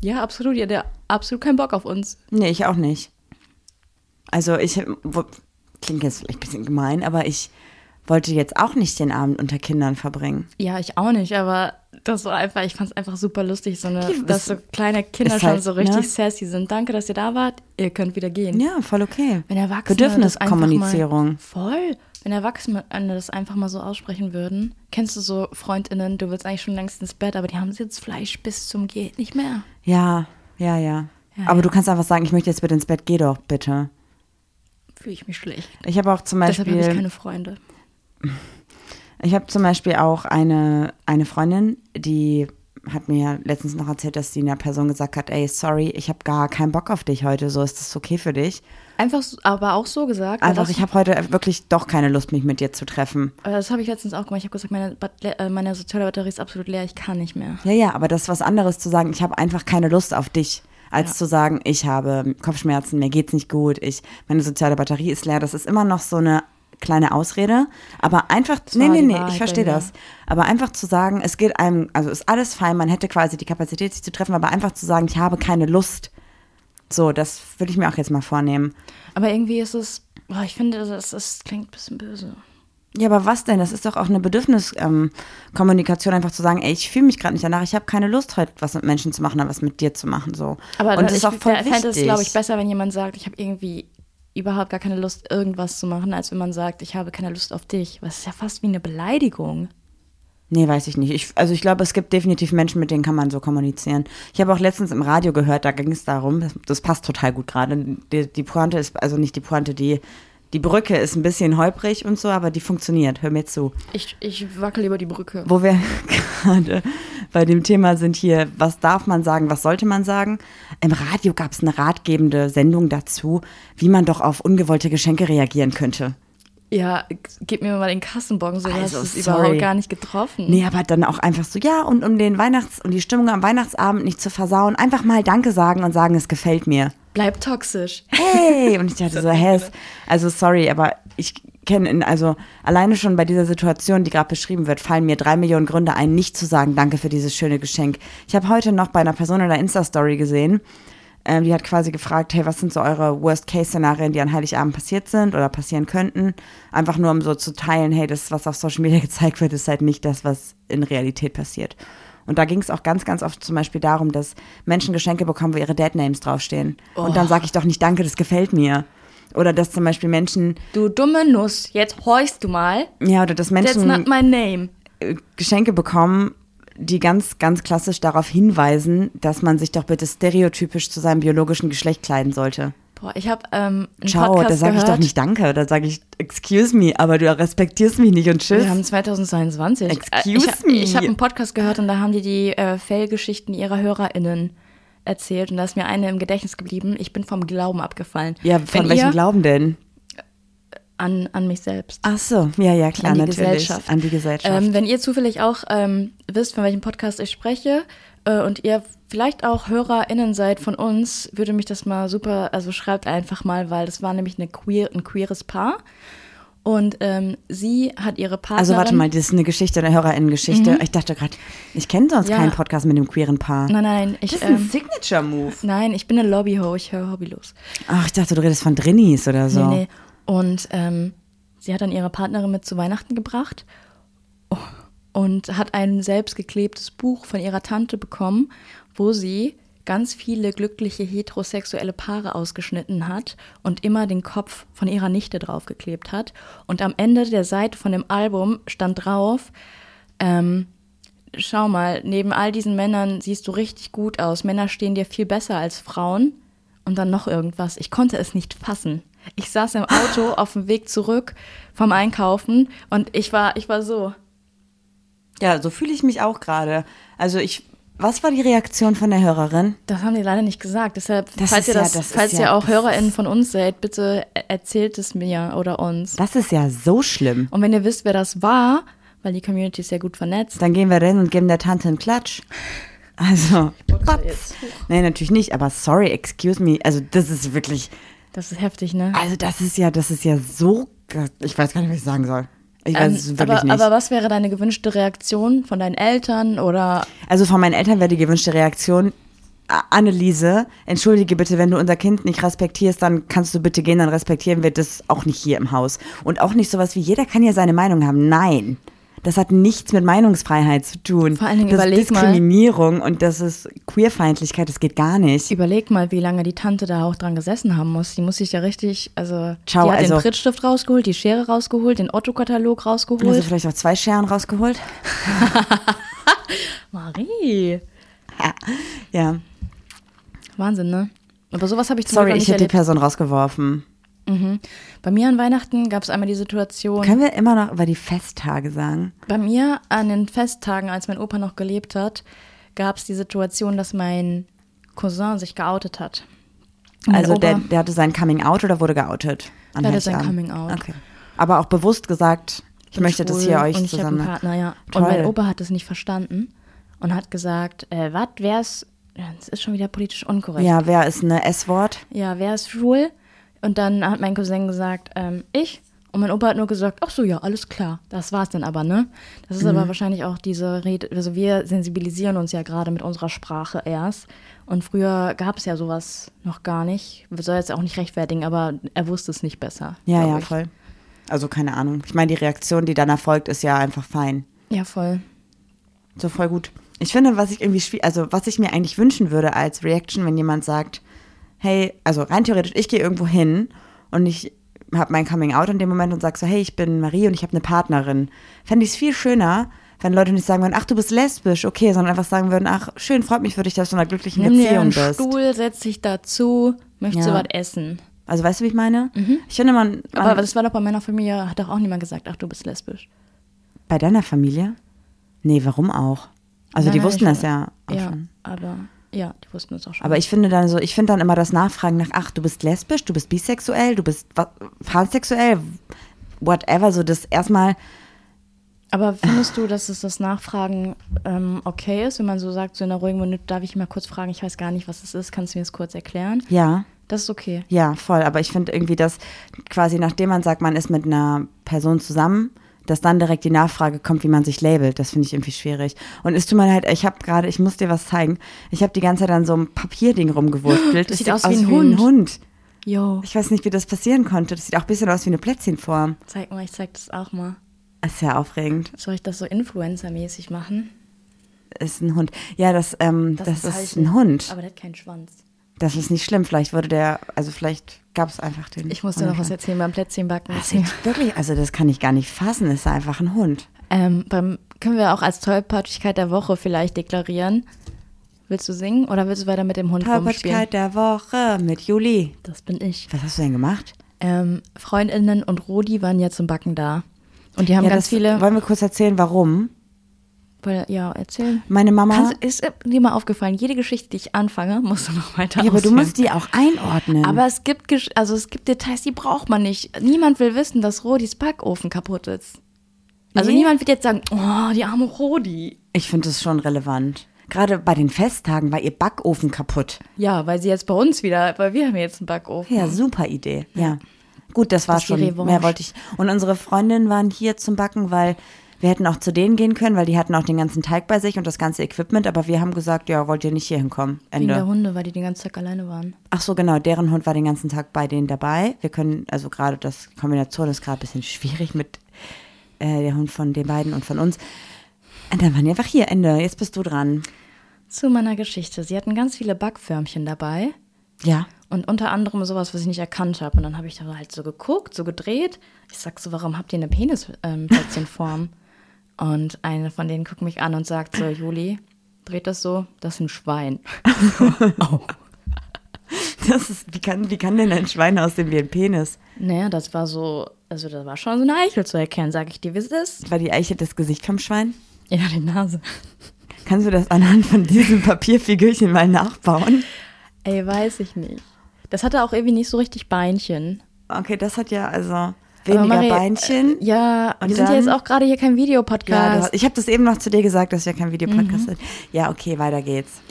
Speaker 1: Ja, absolut. Ja, der absolut keinen Bock auf uns.
Speaker 2: Nee, ich auch nicht. Also ich, wo- klingt jetzt vielleicht ein bisschen gemein, aber ich wollte jetzt auch nicht den Abend unter Kindern verbringen.
Speaker 1: Ja, ich auch nicht, aber das war einfach, ich fand es einfach super lustig, so eine,
Speaker 2: Ja,
Speaker 1: dass
Speaker 2: das
Speaker 1: so kleine Kinder
Speaker 2: ist
Speaker 1: schon
Speaker 2: halt,
Speaker 1: so richtig
Speaker 2: ne?
Speaker 1: sassy sind. Danke, dass ihr da wart. Ihr könnt wieder gehen.
Speaker 2: Ja, voll okay.
Speaker 1: Wenn Erwachsene das einfach
Speaker 2: Bedürfniskommunizierung.
Speaker 1: Mal, voll. Wenn Erwachsene das einfach mal so aussprechen würden. Kennst du so Freundinnen, du willst eigentlich schon längst ins Bett, aber die haben jetzt Fleisch bis zum geht nicht mehr.
Speaker 2: Ja, ja, ja.
Speaker 1: Ja,
Speaker 2: Aber
Speaker 1: ja.
Speaker 2: du kannst einfach sagen, ich möchte jetzt bitte ins Bett, geh doch bitte.
Speaker 1: Fühle ich mich schlecht.
Speaker 2: Ich habe auch zum
Speaker 1: Deshalb habe
Speaker 2: Beispiel,
Speaker 1: ich
Speaker 2: ich,
Speaker 1: keine Freunde.
Speaker 2: habe zum Beispiel auch eine, eine Freundin, die hat mir letztens noch erzählt, dass sie einer Person gesagt hat, ey, sorry, ich habe gar keinen Bock auf dich heute, so ist das okay für dich.
Speaker 1: Einfach, so- aber auch so gesagt. weil
Speaker 2: Einfach,
Speaker 1: das-
Speaker 2: ich habe heute wirklich doch keine Lust, mich mit dir zu treffen.
Speaker 1: aber das habe ich letztens auch gemacht. Ich habe gesagt, meine, Bat- äh, meine soziale Batterie ist absolut leer, ich kann nicht mehr.
Speaker 2: Ja, ja, aber das ist was anderes zu sagen, ich habe einfach keine Lust auf dich, als
Speaker 1: Ja.
Speaker 2: zu sagen, ich habe Kopfschmerzen, mir geht's nicht gut, ich, meine soziale Batterie ist leer. Das ist immer noch so eine kleine Ausrede, aber einfach, nee,
Speaker 1: war
Speaker 2: nee,
Speaker 1: die
Speaker 2: nee,
Speaker 1: Wahrheit
Speaker 2: ich
Speaker 1: bei
Speaker 2: verstehe
Speaker 1: mir.
Speaker 2: das. Aber einfach zu sagen, es geht einem, also ist alles fein, man hätte quasi die Kapazität, sich zu treffen, aber einfach zu sagen, ich habe keine Lust. So, das würde ich mir auch jetzt mal vornehmen.
Speaker 1: Aber irgendwie ist es, boah, ich finde, das, ist- das klingt ein bisschen böse.
Speaker 2: Ja, aber was denn? Das ist doch auch eine Bedürfniskommunikation, ähm, Kommunikation, einfach zu sagen, ey, ich fühle mich gerade nicht danach, ich habe keine Lust, heute was mit Menschen zu machen, aber was mit dir zu machen. So.
Speaker 1: Aber
Speaker 2: Und
Speaker 1: da-
Speaker 2: das
Speaker 1: ich
Speaker 2: ist auch voll
Speaker 1: fände es,
Speaker 2: wichtig.
Speaker 1: glaube ich, besser, wenn jemand sagt, ich habe irgendwie überhaupt gar keine Lust, irgendwas zu machen, als wenn man sagt, ich habe keine Lust auf dich. Was ist ja fast wie eine Beleidigung.
Speaker 2: Nee, weiß ich nicht. Ich, also ich glaube, es gibt definitiv Menschen, mit denen kann man so kommunizieren. Ich habe auch letztens im Radio gehört, da ging es darum, das, das passt total gut gerade. Die, die Pointe ist, also nicht die Pointe, die, die Brücke ist ein bisschen holprig und so, aber die funktioniert. Hör mir zu.
Speaker 1: Ich, ich wackel über die Brücke.
Speaker 2: Wo wir [laughs] gerade bei dem Thema sind hier, was darf man sagen, was sollte man sagen? Im Radio gab es eine ratgebende Sendung dazu, wie man doch auf ungewollte Geschenke reagieren könnte.
Speaker 1: Ja, g- gib mir mal den Kassenbon, so
Speaker 2: Also,
Speaker 1: hast du es
Speaker 2: sorry.
Speaker 1: überhaupt gar nicht getroffen.
Speaker 2: Nee, aber dann auch einfach so, ja, und um den Weihnachts- und die Stimmung am Weihnachtsabend nicht zu versauen, einfach mal Danke sagen und sagen, es gefällt mir.
Speaker 1: Bleib toxisch.
Speaker 2: Hey! Und ich dachte so, hä? es- Also sorry, aber ich kenne ihn, also alleine schon bei dieser Situation, die gerade beschrieben wird, fallen mir drei Millionen Gründe ein, nicht zu sagen, danke für dieses schöne Geschenk. Ich habe heute noch bei einer Person in der Insta-Story gesehen, ähm, die hat quasi gefragt, hey, was sind so eure Worst-Case-Szenarien, die an Heiligabend passiert sind oder passieren könnten? Einfach nur, um so zu teilen, hey, das, was auf Social Media [laughs] gezeigt wird, ist halt nicht das, was in Realität passiert. Und da ging es auch ganz, ganz oft zum Beispiel darum, dass Menschen Geschenke bekommen, wo ihre Deadnames draufstehen. Und
Speaker 1: Oh.
Speaker 2: dann sage ich doch nicht Danke, das gefällt mir. Oder dass zum Beispiel Menschen,
Speaker 1: Du dumme Nuss, jetzt horchst du mal.
Speaker 2: ja, oder dass
Speaker 1: That's
Speaker 2: Menschen
Speaker 1: not my name.
Speaker 2: äh, Geschenke bekommen, die ganz, ganz klassisch darauf hinweisen, dass man sich doch bitte stereotypisch zu seinem biologischen Geschlecht kleiden sollte.
Speaker 1: Boah, ich habe ähm, einen
Speaker 2: Ciao,
Speaker 1: Podcast
Speaker 2: da sage ich
Speaker 1: gehört.
Speaker 2: doch nicht Danke, da sage ich Excuse me, aber du respektierst mich nicht und tschüss.
Speaker 1: Wir haben 2022.
Speaker 2: Excuse
Speaker 1: ich,
Speaker 2: me.
Speaker 1: Ich habe einen Podcast gehört und da haben die die äh, Fail-Geschichten ihrer HörerInnen erzählt und da ist mir eine im Gedächtnis geblieben. Ich bin vom Glauben abgefallen.
Speaker 2: ja, von
Speaker 1: Wenn
Speaker 2: welchem
Speaker 1: ihr-
Speaker 2: Glauben denn?
Speaker 1: An, an mich selbst.
Speaker 2: Ach so, ja, ja, klar,
Speaker 1: an die
Speaker 2: natürlich.
Speaker 1: Gesellschaft.
Speaker 2: An die Gesellschaft.
Speaker 1: Ähm, wenn ihr zufällig auch ähm, wisst, von welchem Podcast ich spreche äh, und ihr vielleicht auch HörerInnen seid von uns, würde mich das mal super, also schreibt einfach mal, weil das war nämlich eine queer, ein queeres Paar. Und ähm, sie hat ihre Partnerin.
Speaker 2: Also warte mal, das ist eine Geschichte, eine HörerInnen-Geschichte. Ich dachte gerade, ich kenne sonst
Speaker 1: Mhm. Ja.
Speaker 2: keinen Podcast mit einem queeren Paar.
Speaker 1: Nein, nein,
Speaker 2: das
Speaker 1: ich,
Speaker 2: ist ein
Speaker 1: ähm,
Speaker 2: Signature-Move.
Speaker 1: nein, ich bin eine Lobbyho, ich höre hobbylos.
Speaker 2: Ach, ich dachte, du redest von Drinnies oder so.
Speaker 1: Nee, nee. Und ähm, sie hat dann ihre Partnerin mit zu Weihnachten gebracht und hat ein selbstgeklebtes Buch von ihrer Tante bekommen, wo sie ganz viele glückliche heterosexuelle Paare ausgeschnitten hat und immer den Kopf von ihrer Nichte draufgeklebt hat. Und am Ende der Seite von dem Album stand drauf, ähm, schau mal, neben all diesen Männern siehst du richtig gut aus. Männer stehen dir viel besser als Frauen. Und dann noch irgendwas. Ich konnte es nicht fassen. Ich saß im Auto
Speaker 2: [laughs]
Speaker 1: auf dem Weg zurück vom Einkaufen und ich war, ich war so.
Speaker 2: Ja, so fühle ich mich auch gerade. Also ich, was war die Reaktion von der Hörerin?
Speaker 1: Das haben die leider nicht gesagt. Deshalb,
Speaker 2: Das
Speaker 1: falls ihr
Speaker 2: ist ja-
Speaker 1: das,
Speaker 2: das ist
Speaker 1: falls
Speaker 2: ja-
Speaker 1: ihr auch
Speaker 2: das
Speaker 1: HörerInnen von uns seid, bitte e- erzählt es mir oder uns.
Speaker 2: Das ist ja so schlimm.
Speaker 1: Und wenn ihr wisst, wer das war, weil die Community ist ja gut vernetzt,
Speaker 2: Dann gehen wir rein und geben der Tante einen Klatsch. Also, Paps.
Speaker 1: jetzt.
Speaker 2: Nee, natürlich nicht, aber sorry, excuse me. Also, das ist wirklich,
Speaker 1: das ist heftig, ne?
Speaker 2: also das ist ja, das ist ja so, ich weiß gar nicht, was ich sagen soll. Ich weiß
Speaker 1: Ähm,
Speaker 2: es wirklich
Speaker 1: aber,
Speaker 2: nicht.
Speaker 1: aber was wäre deine gewünschte Reaktion von deinen Eltern oder
Speaker 2: Also von meinen Eltern wäre die gewünschte Reaktion, "A- Anneliese, entschuldige bitte, wenn du unser Kind nicht respektierst, dann kannst du bitte gehen, dann respektieren wir das auch nicht hier im Haus. Und auch nicht sowas wie, jeder kann ja seine Meinung haben. Nein, das hat nichts mit Meinungsfreiheit zu tun.
Speaker 1: Vor allen Dingen
Speaker 2: das ist
Speaker 1: überleg mal.
Speaker 2: Diskriminierung und das ist Queerfeindlichkeit, das geht gar nicht.
Speaker 1: überleg mal, wie lange die Tante da auch dran gesessen haben muss. Die muss sich ja richtig, also
Speaker 2: Ciao,
Speaker 1: die hat
Speaker 2: also-
Speaker 1: den Prittstift rausgeholt, die Schere rausgeholt, den Otto-Katalog rausgeholt.
Speaker 2: Also vielleicht auch zwei Scheren rausgeholt.
Speaker 1: Marie.
Speaker 2: Ja,
Speaker 1: Wahnsinn, ne? Aber sowas habe ich zum
Speaker 2: sorry,
Speaker 1: Glück noch nicht
Speaker 2: ich hätte die
Speaker 1: erlebt.
Speaker 2: Person rausgeworfen.
Speaker 1: Bei mir an Weihnachten gab es einmal die Situation,
Speaker 2: Können wir immer noch über die Festtage sagen?
Speaker 1: bei mir an den Festtagen, als mein Opa noch gelebt hat, gab es die Situation, dass mein Cousin sich geoutet hat. Mein
Speaker 2: Also
Speaker 1: Opa-
Speaker 2: der, der hatte sein Coming Out oder wurde geoutet? An
Speaker 1: Der hatte
Speaker 2: welchem
Speaker 1: sein
Speaker 2: Abend?
Speaker 1: Coming Out.
Speaker 2: Okay. Aber auch bewusst gesagt, ich
Speaker 1: bin
Speaker 2: möchte das
Speaker 1: schwul
Speaker 2: hier euch
Speaker 1: und ich hab
Speaker 2: zusammen.
Speaker 1: Einen Partner, ja.
Speaker 2: Toll.
Speaker 1: Und mein Opa hat es nicht verstanden und hat gesagt, äh, was, wer ist, ja, das ist schon wieder politisch unkorrekt.
Speaker 2: ja, wer ist eine S-Wort?
Speaker 1: ja, wer ist schwul? Und dann hat mein Cousin gesagt, ähm, ich. Und mein Opa hat nur gesagt, ach so, ja, alles klar. Das war's dann aber, ne? Das ist
Speaker 2: Mhm.
Speaker 1: aber wahrscheinlich auch diese Rede, also wir sensibilisieren uns ja gerade mit unserer Sprache erst. Und früher gab es ja sowas noch gar nicht. Wir soll jetzt auch nicht rechtfertigen, aber er wusste es nicht besser.
Speaker 2: Ja,
Speaker 1: glaub
Speaker 2: ja,
Speaker 1: ich.
Speaker 2: voll. Also keine Ahnung. Ich meine, die Reaktion, die dann erfolgt, ist ja einfach fein.
Speaker 1: Ja, voll.
Speaker 2: So voll gut. Ich finde, was ich irgendwie schwie- also was ich mir eigentlich wünschen würde als Reaction, wenn jemand sagt, hey, also rein theoretisch, ich gehe irgendwo hin und ich habe mein Coming Out in dem Moment und sag so, hey, ich bin Marie und ich habe eine Partnerin. Fände ich es viel schöner, wenn Leute nicht sagen würden, ach, du bist lesbisch, okay, sondern einfach sagen würden, ach, schön, freut mich für dich, dass du in einer glücklichen
Speaker 1: Nimm dir
Speaker 2: Beziehung
Speaker 1: einen
Speaker 2: bist.
Speaker 1: Stuhl, setz dich dazu, möchtest
Speaker 2: Ja.
Speaker 1: du was essen.
Speaker 2: Also weißt du, wie ich meine? Ich finde, man, man
Speaker 1: Mhm. Aber das war doch bei meiner Familie, hat doch auch niemand gesagt, ach, du bist lesbisch.
Speaker 2: bei deiner Familie? Nee, warum auch? Also
Speaker 1: Nein,
Speaker 2: die
Speaker 1: nein,
Speaker 2: wussten
Speaker 1: ich-
Speaker 2: das ja auch
Speaker 1: Ja,
Speaker 2: schon.
Speaker 1: aber ja, die wussten es auch schon.
Speaker 2: Aber ich finde dann so, ich finde dann immer das Nachfragen nach, ach, du bist lesbisch, du bist bisexuell, du bist wa- pansexuell, whatever, so das erstmal,
Speaker 1: Aber findest du, dass es das Nachfragen ähm, okay ist, wenn man so sagt, so in einer ruhigen Minute, darf ich mal kurz fragen, ich weiß gar nicht, was es ist, kannst du mir das kurz erklären?
Speaker 2: ja,
Speaker 1: Das ist okay.
Speaker 2: ja, voll. Aber ich finde irgendwie, dass quasi nachdem man sagt, man ist mit einer Person zusammen, dass dann direkt die Nachfrage kommt, wie man sich labelt. Das finde ich irgendwie schwierig. Und es tut mir halt, ich habe gerade, ich muss dir was zeigen, ich habe die ganze Zeit an so einem Papierding rumgewurschtelt.
Speaker 1: Das sieht aus wie ein Hund.
Speaker 2: Hund.
Speaker 1: Yo,
Speaker 2: Ich weiß nicht, wie das passieren konnte. Das sieht auch ein bisschen aus wie eine Plätzchenform.
Speaker 1: zeig mal, ich zeig das auch mal.
Speaker 2: Ist ja aufregend.
Speaker 1: Soll ich das so Influencer-mäßig machen? halt
Speaker 2: ist ein Hund. Ja, das, ähm, das, ist ein Hund.
Speaker 1: Aber der hat keinen Schwanz.
Speaker 2: Das ist nicht schlimm. Vielleicht wurde der, also vielleicht gab es einfach den.
Speaker 1: Ich muss dir noch was
Speaker 2: Hundeschwanz.
Speaker 1: erzählen beim Plätzchenbacken.
Speaker 2: Oh Das ist wirklich, also das kann ich gar nicht fassen. Das ist einfach ein Hund.
Speaker 1: Ähm, beim, können wir auch als Tollpatschigkeit der Woche vielleicht deklarieren. Willst du singen oder willst du weiter mit dem Hund rumspielen?
Speaker 2: Tollpatschigkeit der Woche mit Juli.
Speaker 1: Das bin ich.
Speaker 2: Was hast du denn gemacht?
Speaker 1: Ähm, Freundinnen und Rodi waren ja zum Backen da. Und die haben ganz
Speaker 2: das
Speaker 1: viele.
Speaker 2: Wollen wir kurz erzählen, warum?
Speaker 1: Weil, ja, erzähl.
Speaker 2: Meine Mama.
Speaker 1: Kannst, ist dir mal aufgefallen, jede Geschichte, die ich anfange, [laughs] musst du noch weiter
Speaker 2: ja, aber du
Speaker 1: ausführen.
Speaker 2: musst die auch einordnen.
Speaker 1: Aber es gibt, Gesch- also es gibt Details, die braucht man nicht. Niemand will wissen, dass Rodis Backofen kaputt ist. Also
Speaker 2: Nee.
Speaker 1: niemand wird jetzt sagen, oh, die arme Rodi.
Speaker 2: ich finde es schon relevant. Gerade bei den Festtagen war ihr Backofen kaputt.
Speaker 1: Mhm. Ja, weil sie jetzt bei uns wieder, weil wir haben jetzt einen Backofen.
Speaker 2: Ja, super Idee. Ja. Gut, das war's
Speaker 1: die
Speaker 2: schon.
Speaker 1: Revanche.
Speaker 2: Mehr wollte ich. Und unsere Freundinnen waren hier zum Backen, weil wir hätten auch zu denen gehen können, weil die hatten auch den ganzen Teig bei sich und das ganze Equipment, aber wir haben gesagt, ja, wollt ihr nicht hier hinkommen?
Speaker 1: Wegen der
Speaker 2: Ende.
Speaker 1: Hunde, weil die den ganzen Tag alleine waren.
Speaker 2: Ach so, genau, deren Hund war den ganzen Tag bei denen dabei. Wir können, also gerade das Kombination ist gerade ein bisschen schwierig mit äh, der Hund von den beiden und von uns. Und dann waren die einfach hier, Ende. Jetzt bist du dran.
Speaker 1: Zu meiner Geschichte. Sie hatten ganz viele Backförmchen dabei.
Speaker 2: Ja.
Speaker 1: Und unter anderem sowas, was ich nicht erkannt habe. Und dann habe ich da halt so geguckt, so gedreht. Ich sag so, warum habt ihr eine Penis-Plätzchenform? und eine von denen guckt mich an und sagt so, Juli, dreht das so, das ist ein [laughs] Schwein. Oh.
Speaker 2: Das ist, wie, kann, wie kann denn ein Schwein aussehen wie ein Penis?
Speaker 1: Naja, das war so, also da war schon so eine Eichel zu erkennen, sag ich dir, wie es ist.
Speaker 2: War die Eiche das Gesicht vom Schwein?
Speaker 1: Ja, die Nase.
Speaker 2: Kannst du das anhand von diesem Papierfigürchen mal nachbauen?
Speaker 1: Ey, weiß ich nicht. Das hatte auch irgendwie nicht so richtig Beinchen.
Speaker 2: Okay, das hat ja also
Speaker 1: Aber
Speaker 2: weniger
Speaker 1: Marie,
Speaker 2: Beinchen.
Speaker 1: Äh, ja,
Speaker 2: Und
Speaker 1: wir sind ja
Speaker 2: dann-
Speaker 1: jetzt auch gerade hier kein
Speaker 2: Ja, du
Speaker 1: Videopodcast.
Speaker 2: hast, ich habe das eben noch zu dir gesagt, dass wir kein
Speaker 1: Mhm.
Speaker 2: Videopodcast sind. Ja, okay, weiter geht's.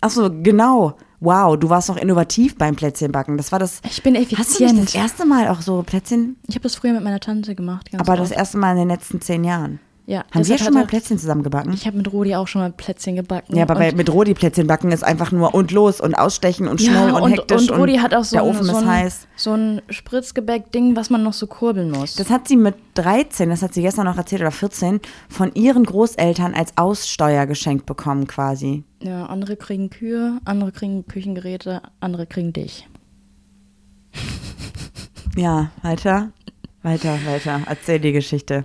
Speaker 2: Ach so, genau. Wow, du warst noch innovativ beim Plätzchenbacken. Das war das.
Speaker 1: ich bin
Speaker 2: Hast du nicht
Speaker 1: effizient.
Speaker 2: das erste Mal auch so Plätzchen?
Speaker 1: ich habe das früher mit meiner Tante gemacht. Ganz
Speaker 2: Aber das
Speaker 1: oft.
Speaker 2: erste Mal in den letzten zehn Jahren.
Speaker 1: Ja,
Speaker 2: Haben wir
Speaker 1: deshalb
Speaker 2: schon mal
Speaker 1: hatte-
Speaker 2: Plätzchen zusammengebacken?
Speaker 1: Ich habe mit Rudi auch schon mal Plätzchen gebacken.
Speaker 2: Ja, aber
Speaker 1: und-
Speaker 2: bei, mit Rodi Plätzchen backen ist einfach nur und los und ausstechen und schnell
Speaker 1: ja,
Speaker 2: und,
Speaker 1: und
Speaker 2: hektisch
Speaker 1: Und Rudi hat auch so,
Speaker 2: der
Speaker 1: ein-
Speaker 2: Ofen
Speaker 1: so,
Speaker 2: ist
Speaker 1: ein,
Speaker 2: heiß.
Speaker 1: so ein Spritzgebäck-Ding, was man noch so kurbeln muss.
Speaker 2: Das hat sie mit 13, das hat sie gestern noch erzählt, oder 14, von ihren Großeltern als Aussteuer geschenkt bekommen quasi.
Speaker 1: ja, andere kriegen Kühe, andere kriegen Küchengeräte, andere kriegen dich.
Speaker 2: Ja, weiter, weiter, weiter. Erzähl die Geschichte.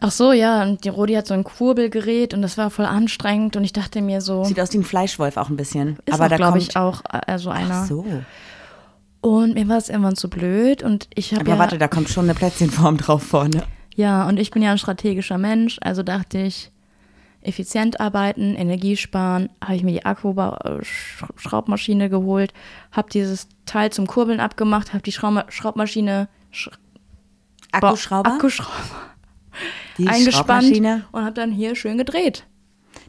Speaker 1: Ach so, ja, und die Rudi hat so ein Kurbelgerät und das war voll anstrengend und ich dachte mir so,
Speaker 2: Sieht aus wie ein Fleischwolf auch ein bisschen.
Speaker 1: ist
Speaker 2: aber
Speaker 1: auch,
Speaker 2: da
Speaker 1: glaube
Speaker 2: kommt
Speaker 1: ich, auch äh, also einer.
Speaker 2: Ach so.
Speaker 1: Und mir war es irgendwann zu blöd und ich habe
Speaker 2: Aber
Speaker 1: ja,
Speaker 2: warte, da kommt schon eine Plätzchenform drauf vorne.
Speaker 1: ja, und ich bin ja ein strategischer Mensch, also dachte ich, effizient arbeiten, Energie sparen, habe ich mir die Akku-Schraubmaschine geholt, habe dieses Teil zum Kurbeln abgemacht, habe die Schrauma Schraubmaschine Sch Ba-
Speaker 2: Akkuschrauber,
Speaker 1: Akkuschrauber
Speaker 2: die
Speaker 1: eingespannt
Speaker 2: Schraubmaschine.
Speaker 1: und habe dann hier schön gedreht.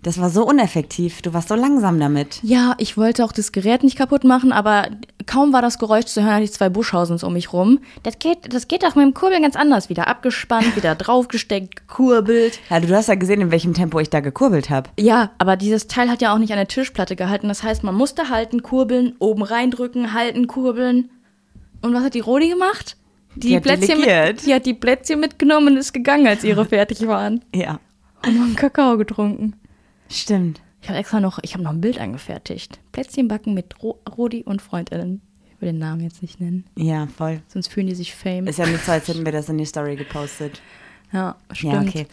Speaker 2: Das war so ineffektiv. Du warst so langsam damit.
Speaker 1: Ja, ich wollte auch das Gerät nicht kaputt machen, aber kaum war das Geräusch zu hören, hatte ich zwei Buschhausens um mich rum. Das geht, das geht doch mit dem Kurbeln ganz anders. Wieder abgespannt, wieder draufgesteckt, gekurbelt.
Speaker 2: Ja, du hast ja gesehen, in welchem Tempo ich da gekurbelt habe.
Speaker 1: Ja, aber dieses Teil hat ja auch nicht an der Tischplatte gehalten. Das heißt, man musste halten, kurbeln, oben reindrücken, halten, kurbeln. Und was hat die Rodi gemacht? Die,
Speaker 2: hat
Speaker 1: Plätzchen
Speaker 2: delegiert.
Speaker 1: mit, die hat die Plätzchen mitgenommen und ist gegangen, als ihre fertig waren.
Speaker 2: Ja,
Speaker 1: [laughs] Und haben Kakao getrunken.
Speaker 2: stimmt.
Speaker 1: Ich habe extra noch, ich habe noch ein Bild angefertigt. Plätzchen backen mit Ro Rodi und Freundinnen. Ich will den Namen jetzt nicht nennen,
Speaker 2: Ja, voll.
Speaker 1: sonst fühlen die sich fame.
Speaker 2: Ist ja nicht so, als hätten wir das in die Story gepostet.
Speaker 1: ja, stimmt.
Speaker 2: Ja, okay.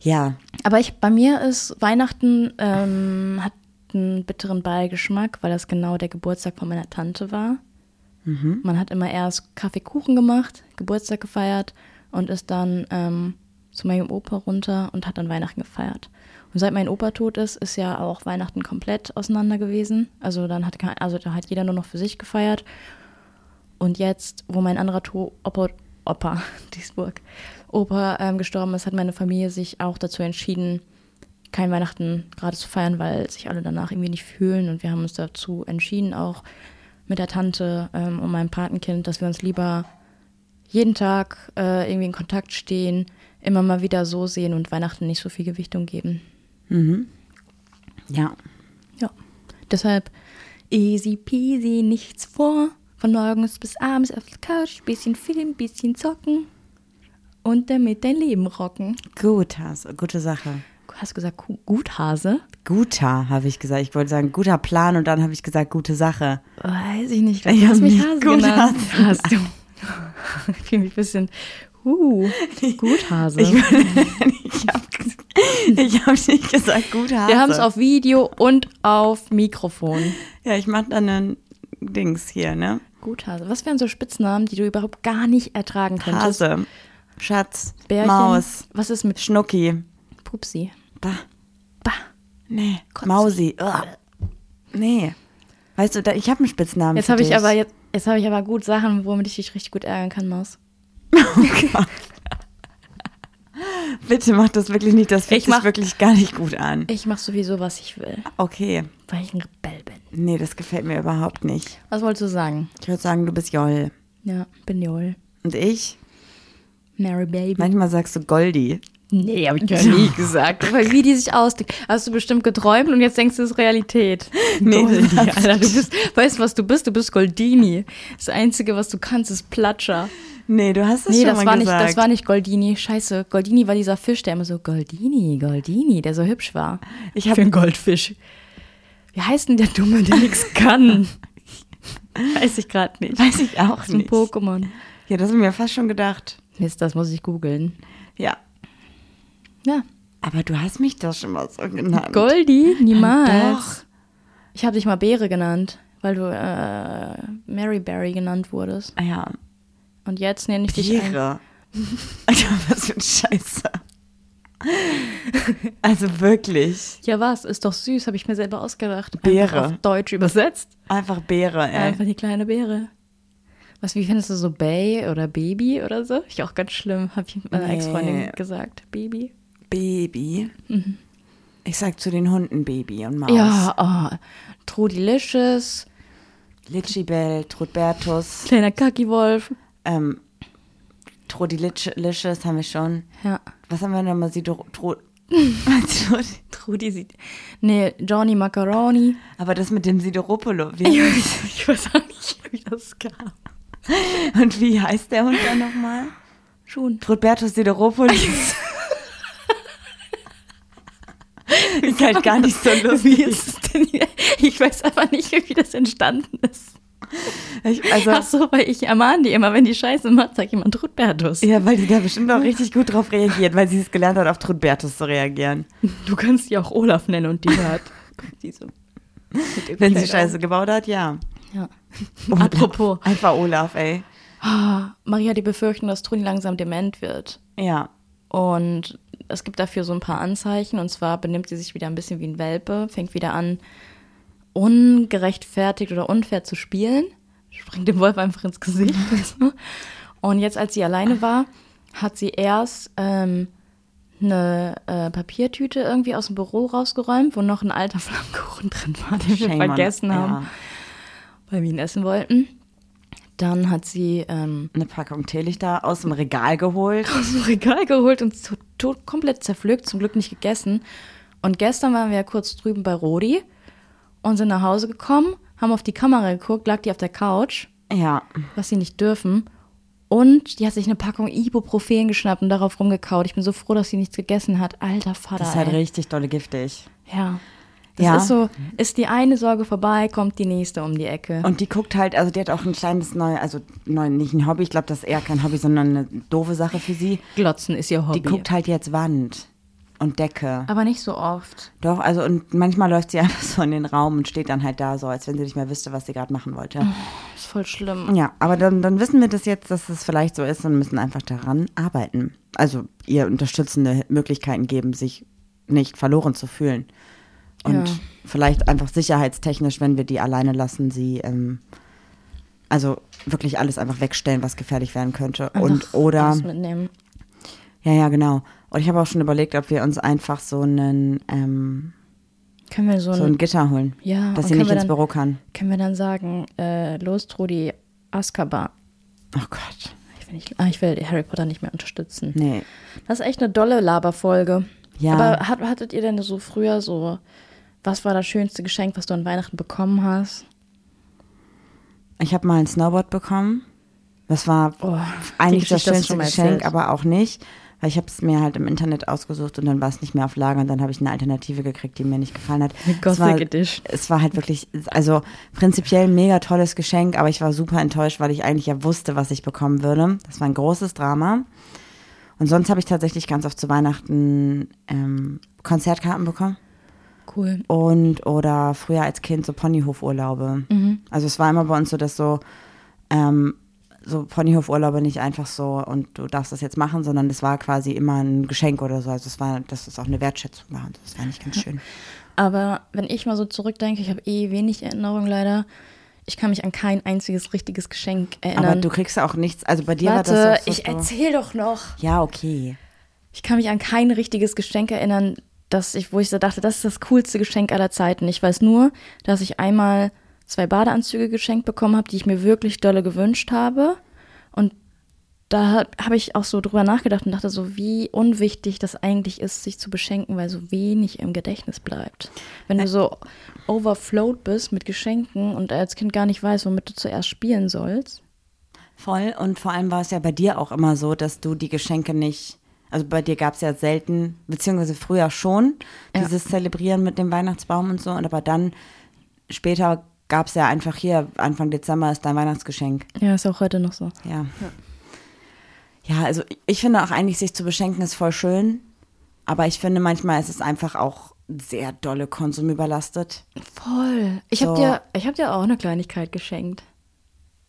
Speaker 2: Ja,
Speaker 1: Aber ich, bei mir ist Weihnachten ähm, hat einen bitteren Beigeschmack, weil das genau der Geburtstag von meiner Tante war. Man hat immer erst Kaffeekuchen gemacht, Geburtstag gefeiert und ist dann ähm, zu meinem Opa runter und hat dann Weihnachten gefeiert. Und seit mein Opa tot ist, ist ja auch Weihnachten komplett auseinander gewesen. Also dann hat kein- also da hat jeder nur noch für sich gefeiert. Und jetzt, wo mein anderer to Opa, Opa [laughs] Duisburg, Opa ähm, gestorben ist, hat meine Familie sich auch dazu entschieden, kein Weihnachten gerade zu feiern, weil sich alle danach irgendwie nicht fühlen. Und wir haben uns dazu entschieden, auch mit der Tante ähm, und meinem Patenkind, dass wir uns lieber jeden Tag äh, irgendwie in Kontakt stehen, immer mal wieder so sehen und Weihnachten nicht so viel Gewichtung geben.
Speaker 2: Ja.
Speaker 1: Ja, deshalb easy peasy, nichts vor. Von morgens bis abends auf der Couch, bisschen Film, bisschen zocken und damit dein Leben rocken.
Speaker 2: Gut, Hase. Gute Sache.
Speaker 1: Du hast gesagt, gu- gut, Hase?
Speaker 2: Guter, habe ich gesagt. Ich wollte sagen, guter Plan und dann habe ich gesagt,
Speaker 1: [laughs]
Speaker 2: gute Sache.
Speaker 1: Weiß ich nicht, ich glaub,
Speaker 2: Ja,
Speaker 1: du hast mich Hase
Speaker 2: gut,
Speaker 1: genannt. [laughs] Hast du. Ich fühle mich ein bisschen, uh, gut, Hase.
Speaker 2: Ich, ich habe ich hab nicht gesagt, guter Hase.
Speaker 1: Wir haben es auf Video und auf Mikrofon.
Speaker 2: Ja, ich mache dann ein Dings hier, ne?
Speaker 1: Gut, Hase. Was wären so Spitznamen, die du überhaupt gar nicht ertragen könntest?
Speaker 2: Hase, Schatz,
Speaker 1: Bärchen.
Speaker 2: Maus,
Speaker 1: Was ist mit
Speaker 2: Schnucki.
Speaker 1: Pupsi?
Speaker 2: Bah,
Speaker 1: Bah. Äh.
Speaker 2: nee.
Speaker 1: Kotz.
Speaker 2: Mausi. Ugh. Nee. Weißt du, da, ich habe einen Spitznamen.
Speaker 1: Jetzt
Speaker 2: für
Speaker 1: habe ich
Speaker 2: dich.
Speaker 1: aber jetzt, jetzt habe ich aber gut Sachen, womit ich dich richtig gut ärgern kann, Maus.
Speaker 2: Bitte mach das wirklich nicht. Das fühlt
Speaker 1: Ich
Speaker 2: sich
Speaker 1: mach-
Speaker 2: wirklich gar nicht gut an.
Speaker 1: Ich mache sowieso, was ich will,
Speaker 2: Okay.
Speaker 1: weil ich ein Rebell bin.
Speaker 2: Nee, das gefällt mir überhaupt nicht.
Speaker 1: Was wolltest du sagen?
Speaker 2: Ich würde sagen, du bist Joll.
Speaker 1: Ja, bin Joel.
Speaker 2: Und ich?
Speaker 1: Mary Baby.
Speaker 2: Manchmal sagst du Goldie.
Speaker 1: Nee, hab ich ja
Speaker 2: Nie gesagt.
Speaker 1: Weil wie die sich ausdrückt. Hast du bestimmt geträumt und jetzt denkst du, es ist Realität.
Speaker 2: Nee,
Speaker 1: Goldini,
Speaker 2: das-
Speaker 1: Alter, du bist, weißt du, was du bist? Du bist Goldini. Das Einzige, was du kannst, ist Platscher.
Speaker 2: Nee, du hast es
Speaker 1: Nee,
Speaker 2: schon
Speaker 1: das
Speaker 2: mal
Speaker 1: war, nicht,
Speaker 2: gesagt.
Speaker 1: das war nicht Goldini. Scheiße, Goldini war dieser Fisch, der immer so, Goldini, Goldini, der so hübsch war.
Speaker 2: Ich hab-
Speaker 1: Für einen Goldfisch. Wie heißt denn der Dumme, der nichts [laughs] kann? Weiß ich gerade nicht.
Speaker 2: Weiß ich auch
Speaker 1: Ist ein
Speaker 2: nicht.
Speaker 1: Pokémon.
Speaker 2: Ja, das haben wir fast schon gedacht.
Speaker 1: Mist, das muss ich googeln.
Speaker 2: Ja.
Speaker 1: Ja, Ah,
Speaker 2: Aber du hast mich doch schon mal so genannt.
Speaker 1: Goldi? Niemals.
Speaker 2: Doch.
Speaker 1: Ich habe dich mal Beere genannt, weil du äh, Mary Berry genannt wurdest.
Speaker 2: Ah ja.
Speaker 1: Und jetzt nenne ich dich ein.
Speaker 2: Tiere. [laughs] Alter, was für ein Scheiße. Also wirklich.
Speaker 1: Ja, was? Ist doch süß, habe ich mir selber ausgedacht.
Speaker 2: Beere.
Speaker 1: Einfach auf Deutsch übersetzt.
Speaker 2: Einfach äh, Beere, ey.
Speaker 1: Einfach die kleine Beere. Was, wie findest du so Bay oder Baby oder so? Ich auch ganz schlimm, habe ich meiner
Speaker 2: Nee.
Speaker 1: Ex-Freundin gesagt. Baby.
Speaker 2: Baby. Ich sag zu den Hunden Baby und Maus.
Speaker 1: Ja, oh. Trudilicious,
Speaker 2: Litschibel, Trudbertus,
Speaker 1: kleiner Kackiwolf.
Speaker 2: ähm, Trudilicious haben wir schon.
Speaker 1: Ja.
Speaker 2: Was haben wir nochmal? Sie Tro-
Speaker 1: [laughs]
Speaker 2: Tro-
Speaker 1: Trudi sieht. Nee, Johnny Macaroni.
Speaker 2: Aber das mit dem Sideropolo.
Speaker 1: Ich
Speaker 2: Wie,
Speaker 1: weiß, [laughs] ich weiß auch nicht, wie das kam.
Speaker 2: und wie heißt der Hund
Speaker 1: [laughs]
Speaker 2: dann nochmal?
Speaker 1: Schon.
Speaker 2: Trudbertus Sideropoulos. [laughs] ist halt gar nicht so
Speaker 1: Wie
Speaker 2: lustig.
Speaker 1: ist es denn hier? Ich weiß aber nicht, wie das entstanden ist.
Speaker 2: Ich, also,
Speaker 1: Ach so, weil ich ermahne die immer, wenn die Scheiße macht, sagt jemand Trudbertus.
Speaker 2: ja, weil die da bestimmt auch richtig gut drauf reagiert, weil sie es gelernt hat, auf Trudbertus zu reagieren.
Speaker 1: Du kannst die auch Olaf nennen und die hört. Die so. mit ihrem
Speaker 2: Wenn sie
Speaker 1: Kleid
Speaker 2: Scheiße gebaut hat, ja. Oh,
Speaker 1: auf. Ja. Apropos,
Speaker 2: Einfach Olaf, ey.
Speaker 1: ah, Maria, die befürchten, dass Trudi langsam dement wird.
Speaker 2: Ja.
Speaker 1: Und es gibt dafür so ein paar Anzeichen. Und zwar benimmt sie sich wieder ein bisschen wie ein Welpe, fängt wieder an, ungerechtfertigt oder unfair zu spielen, springt dem Wolf einfach ins Gesicht. und so. Und jetzt, als sie alleine war, hat sie erst ähm, eine äh, Papiertüte irgendwie aus dem Büro rausgeräumt, wo noch ein alter Flammkuchen drin war, den wir
Speaker 2: Shame on-
Speaker 1: vergessen haben,
Speaker 2: Ja,
Speaker 1: weil wir ihn essen wollten. Dann hat sie ähm,
Speaker 2: eine Packung Teelichter aus dem Regal geholt.
Speaker 1: aus dem Regal geholt und zu, to, komplett zerpflückt, zum Glück nicht gegessen. Und gestern waren wir ja kurz drüben bei Rodi und sind nach Hause gekommen, haben auf die Kamera geguckt, lag die auf der Couch,
Speaker 2: Ja.
Speaker 1: was sie nicht dürfen. Und die hat sich eine Packung Ibuprofen geschnappt und darauf rumgekaut. Ich bin so froh, dass sie nichts gegessen hat. Alter Vater.
Speaker 2: Das ist halt
Speaker 1: ey.
Speaker 2: richtig dolle giftig.
Speaker 1: Ja. Das
Speaker 2: Ja.
Speaker 1: ist so, ist die eine Sorge vorbei, kommt die nächste um die Ecke.
Speaker 2: Und die guckt halt, also die hat auch ein kleines neu, also neu, nicht ein Hobby, ich glaube, das ist eher kein Hobby, sondern eine doofe Sache für sie.
Speaker 1: Glotzen ist ihr
Speaker 2: Die
Speaker 1: Hobby.
Speaker 2: guckt halt jetzt Wand und Decke.
Speaker 1: aber nicht so oft.
Speaker 2: Doch, also und manchmal läuft sie [laughs] einfach so in den Raum und steht dann halt da so, als wenn sie nicht mehr wüsste, was sie gerade machen wollte.
Speaker 1: Ist voll schlimm.
Speaker 2: Ja, aber dann, dann wissen wir das jetzt, dass es vielleicht so ist und müssen einfach daran arbeiten. Also ihr unterstützende Möglichkeiten geben, sich nicht verloren zu fühlen. Und
Speaker 1: Ja.
Speaker 2: vielleicht einfach sicherheitstechnisch, wenn wir die alleine lassen, sie ähm, also wirklich alles einfach wegstellen, was gefährlich werden könnte. und
Speaker 1: Einfach
Speaker 2: oder
Speaker 1: alles Mitnehmen.
Speaker 2: ja, ja, genau. Und ich habe auch schon überlegt, ob wir uns einfach so einen ähm,
Speaker 1: Können wir so,
Speaker 2: so
Speaker 1: ein
Speaker 2: ein Gitter holen,
Speaker 1: Ja,
Speaker 2: dass
Speaker 1: und
Speaker 2: sie
Speaker 1: können
Speaker 2: nicht
Speaker 1: wir
Speaker 2: ins
Speaker 1: dann-
Speaker 2: Büro kann.
Speaker 1: Können wir dann sagen, äh, los, Trudi, Azkaban.
Speaker 2: Oh Gott.
Speaker 1: Ich will, nicht, ah, ich will Harry Potter nicht mehr unterstützen.
Speaker 2: Nee.
Speaker 1: Das ist echt eine dolle Laberfolge.
Speaker 2: Hm. Ja.
Speaker 1: Aber hat, hattet ihr denn so früher so, was war das schönste Geschenk, was du an Weihnachten bekommen hast?
Speaker 2: Ich habe mal ein Snowboard bekommen. Das war
Speaker 1: Oh,
Speaker 2: eigentlich
Speaker 1: Geschichte
Speaker 2: das
Speaker 1: hast du
Speaker 2: schönste
Speaker 1: schon mal
Speaker 2: Geschenk,
Speaker 1: erzählt.
Speaker 2: aber auch nicht, weil ich habe es mir halt im Internet ausgesucht und dann war es nicht mehr auf Lager und dann habe ich eine Alternative gekriegt, die mir nicht gefallen hat.
Speaker 1: Eine
Speaker 2: es war,
Speaker 1: Gothic Edition.
Speaker 2: es war halt wirklich, also prinzipiell ein mega tolles Geschenk, aber ich war super enttäuscht, weil ich eigentlich ja wusste, was ich bekommen würde. Das war ein großes Drama. Und sonst habe ich tatsächlich ganz oft zu Weihnachten ähm, Konzertkarten bekommen
Speaker 1: Cool.
Speaker 2: und oder früher als Kind so Ponyhofurlaube.
Speaker 1: Mhm.
Speaker 2: Also es war immer bei uns so, dass so ähm, so Ponyhofurlaube nicht einfach so und du darfst das jetzt machen, sondern es war quasi immer ein Geschenk oder so. Also es war, dass es auch eine Wertschätzung war und das war nicht ganz schön.
Speaker 1: Aber wenn ich mal so zurückdenke, ich habe eh wenig Erinnerung leider. Ich kann mich an kein einziges richtiges Geschenk erinnern.
Speaker 2: Aber du kriegst auch nichts. Also bei dir
Speaker 1: Warte,
Speaker 2: war das doch so,
Speaker 1: ich erzähl doch noch.
Speaker 2: ja okay.
Speaker 1: Ich kann mich an kein richtiges Geschenk erinnern, dass ich, wo ich so dachte, das ist das coolste Geschenk aller Zeiten. Ich weiß nur, dass ich einmal zwei Badeanzüge geschenkt bekommen habe, die ich mir wirklich dolle gewünscht habe. da habe ich auch so drüber nachgedacht und dachte so, wie unwichtig das eigentlich ist, sich zu beschenken, weil so wenig im Gedächtnis bleibt. Wenn du so overflowed bist mit Geschenken und als Kind gar nicht weißt, womit du zuerst spielen sollst.
Speaker 2: Voll. Und vor allem war es ja bei dir auch immer so, dass du die Geschenke nicht. Also bei dir gab es ja selten, beziehungsweise früher schon,
Speaker 1: Ja.
Speaker 2: dieses Zelebrieren mit dem Weihnachtsbaum und so. Und aber dann später gab es ja einfach hier, Anfang Dezember ist dein Weihnachtsgeschenk.
Speaker 1: Ja, ist auch heute noch so.
Speaker 2: Ja. Ja, also ich- ich finde auch eigentlich, sich zu beschenken ist voll schön. Aber ich finde manchmal ist es einfach auch sehr dolle Konsum überlastet.
Speaker 1: Voll. Ich habe
Speaker 2: So.
Speaker 1: dir, ich hab dir auch eine Kleinigkeit geschenkt.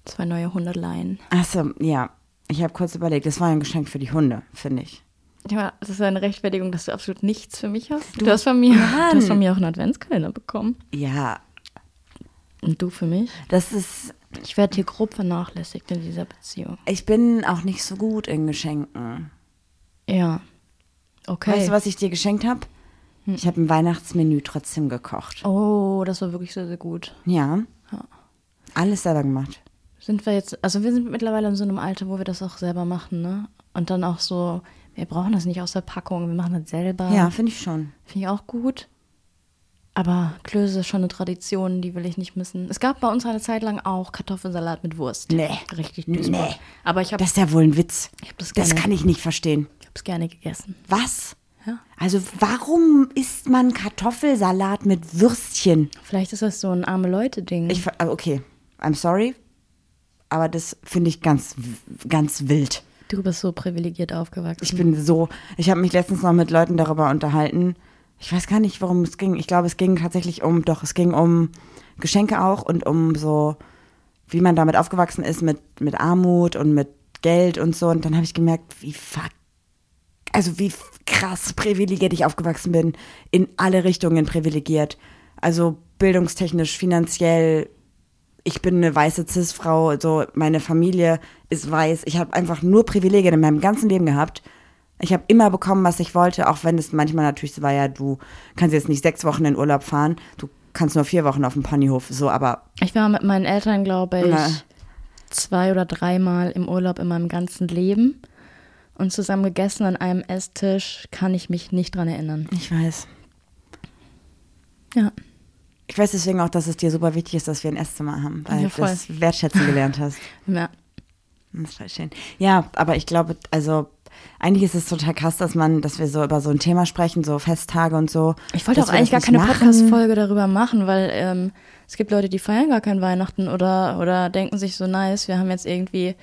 Speaker 1: Zwei neue 100 Leinen.
Speaker 2: Achso, ja. Ich habe kurz überlegt, das war ein Geschenk für die Hunde, finde ich.
Speaker 1: Ja, das ist eine Rechtfertigung, dass du absolut nichts für mich hast. Du, hast von mir, du hast von mir auch einen Adventskalender bekommen.
Speaker 2: Ja,
Speaker 1: Und du für mich.
Speaker 2: das ist.
Speaker 1: Ich werde hier grob vernachlässigt in dieser Beziehung.
Speaker 2: Ich bin auch nicht so gut in Geschenken.
Speaker 1: Ja. Okay. Hm.
Speaker 2: Weißt du, was ich dir geschenkt habe? Ich habe ein Weihnachtsmenü trotzdem gekocht.
Speaker 1: Oh, das war wirklich sehr, sehr gut.
Speaker 2: Ja. Alles selber gemacht.
Speaker 1: Sind wir jetzt, also wir sind mittlerweile in so einem Alter, wo wir das auch selber machen, ne? Und dann auch so, wir brauchen das nicht aus der Packung, wir machen das selber.
Speaker 2: Ja, finde ich schon.
Speaker 1: Finde ich auch gut. Aber Klöße ist schon eine Tradition, die will ich nicht missen. Es gab bei uns eine Zeit lang auch Kartoffelsalat mit Wurst.
Speaker 2: Nee.
Speaker 1: Richtig
Speaker 2: Nee.
Speaker 1: düster. Aber ich habe
Speaker 2: Das ist ja wohl ein Witz.
Speaker 1: Ich hab das
Speaker 2: das
Speaker 1: gerne-
Speaker 2: kann ich nicht verstehen.
Speaker 1: es gerne gegessen.
Speaker 2: Was?
Speaker 1: Ja.
Speaker 2: Also warum isst man Kartoffelsalat mit Würstchen?
Speaker 1: Vielleicht ist das so ein arme Leute-Ding.
Speaker 2: Ich ver- ah, okay, I'm sorry, aber das finde ich ganz w- ganz wild.
Speaker 1: du bist so privilegiert aufgewachsen.
Speaker 2: Ich bin so, ich habe mich letztens noch mit Leuten darüber unterhalten. Ich weiß gar nicht, worum es ging. Ich glaube, es ging tatsächlich um doch, es ging um Geschenke auch und um so wie man damit aufgewachsen ist mit mit Armut und mit Geld und so und dann habe ich gemerkt, wie fuck also wie f- krass privilegiert ich aufgewachsen bin. In alle Richtungen privilegiert. Also bildungstechnisch, finanziell. Ich bin eine weiße Cis-Frau, so meine Familie ist weiß. Ich habe einfach nur Privilegien in meinem ganzen Leben gehabt. Ich habe immer bekommen, was ich wollte, auch wenn es manchmal natürlich so war, ja, du kannst jetzt nicht sechs Wochen in Urlaub fahren, du kannst nur vier Wochen auf dem Ponyhof, so, aber
Speaker 1: Ich war mit meinen Eltern, glaube ich,
Speaker 2: Na.
Speaker 1: zwei oder dreimal im Urlaub in meinem ganzen Leben. Und zusammen gegessen an einem Esstisch kann ich mich nicht dran erinnern.
Speaker 2: ich weiß.
Speaker 1: Ja.
Speaker 2: Ich weiß deswegen auch, dass es dir super wichtig ist, dass wir ein Esszimmer haben, weil
Speaker 1: Ja,
Speaker 2: du
Speaker 1: voll.
Speaker 2: das wertschätzen
Speaker 1: [laughs]
Speaker 2: gelernt hast.
Speaker 1: ja.
Speaker 2: Das ist voll schön. Ja, aber ich glaube, also eigentlich ist es total krass, dass man, dass wir so über so ein Thema sprechen, so Festtage und so.
Speaker 1: Ich wollte
Speaker 2: Dass
Speaker 1: auch
Speaker 2: wir
Speaker 1: eigentlich gar
Speaker 2: das
Speaker 1: keine
Speaker 2: nicht machen.
Speaker 1: Podcast-Folge darüber machen, weil ähm, es gibt Leute, die feiern gar kein Weihnachten oder, oder denken sich so, nice, wir haben jetzt irgendwie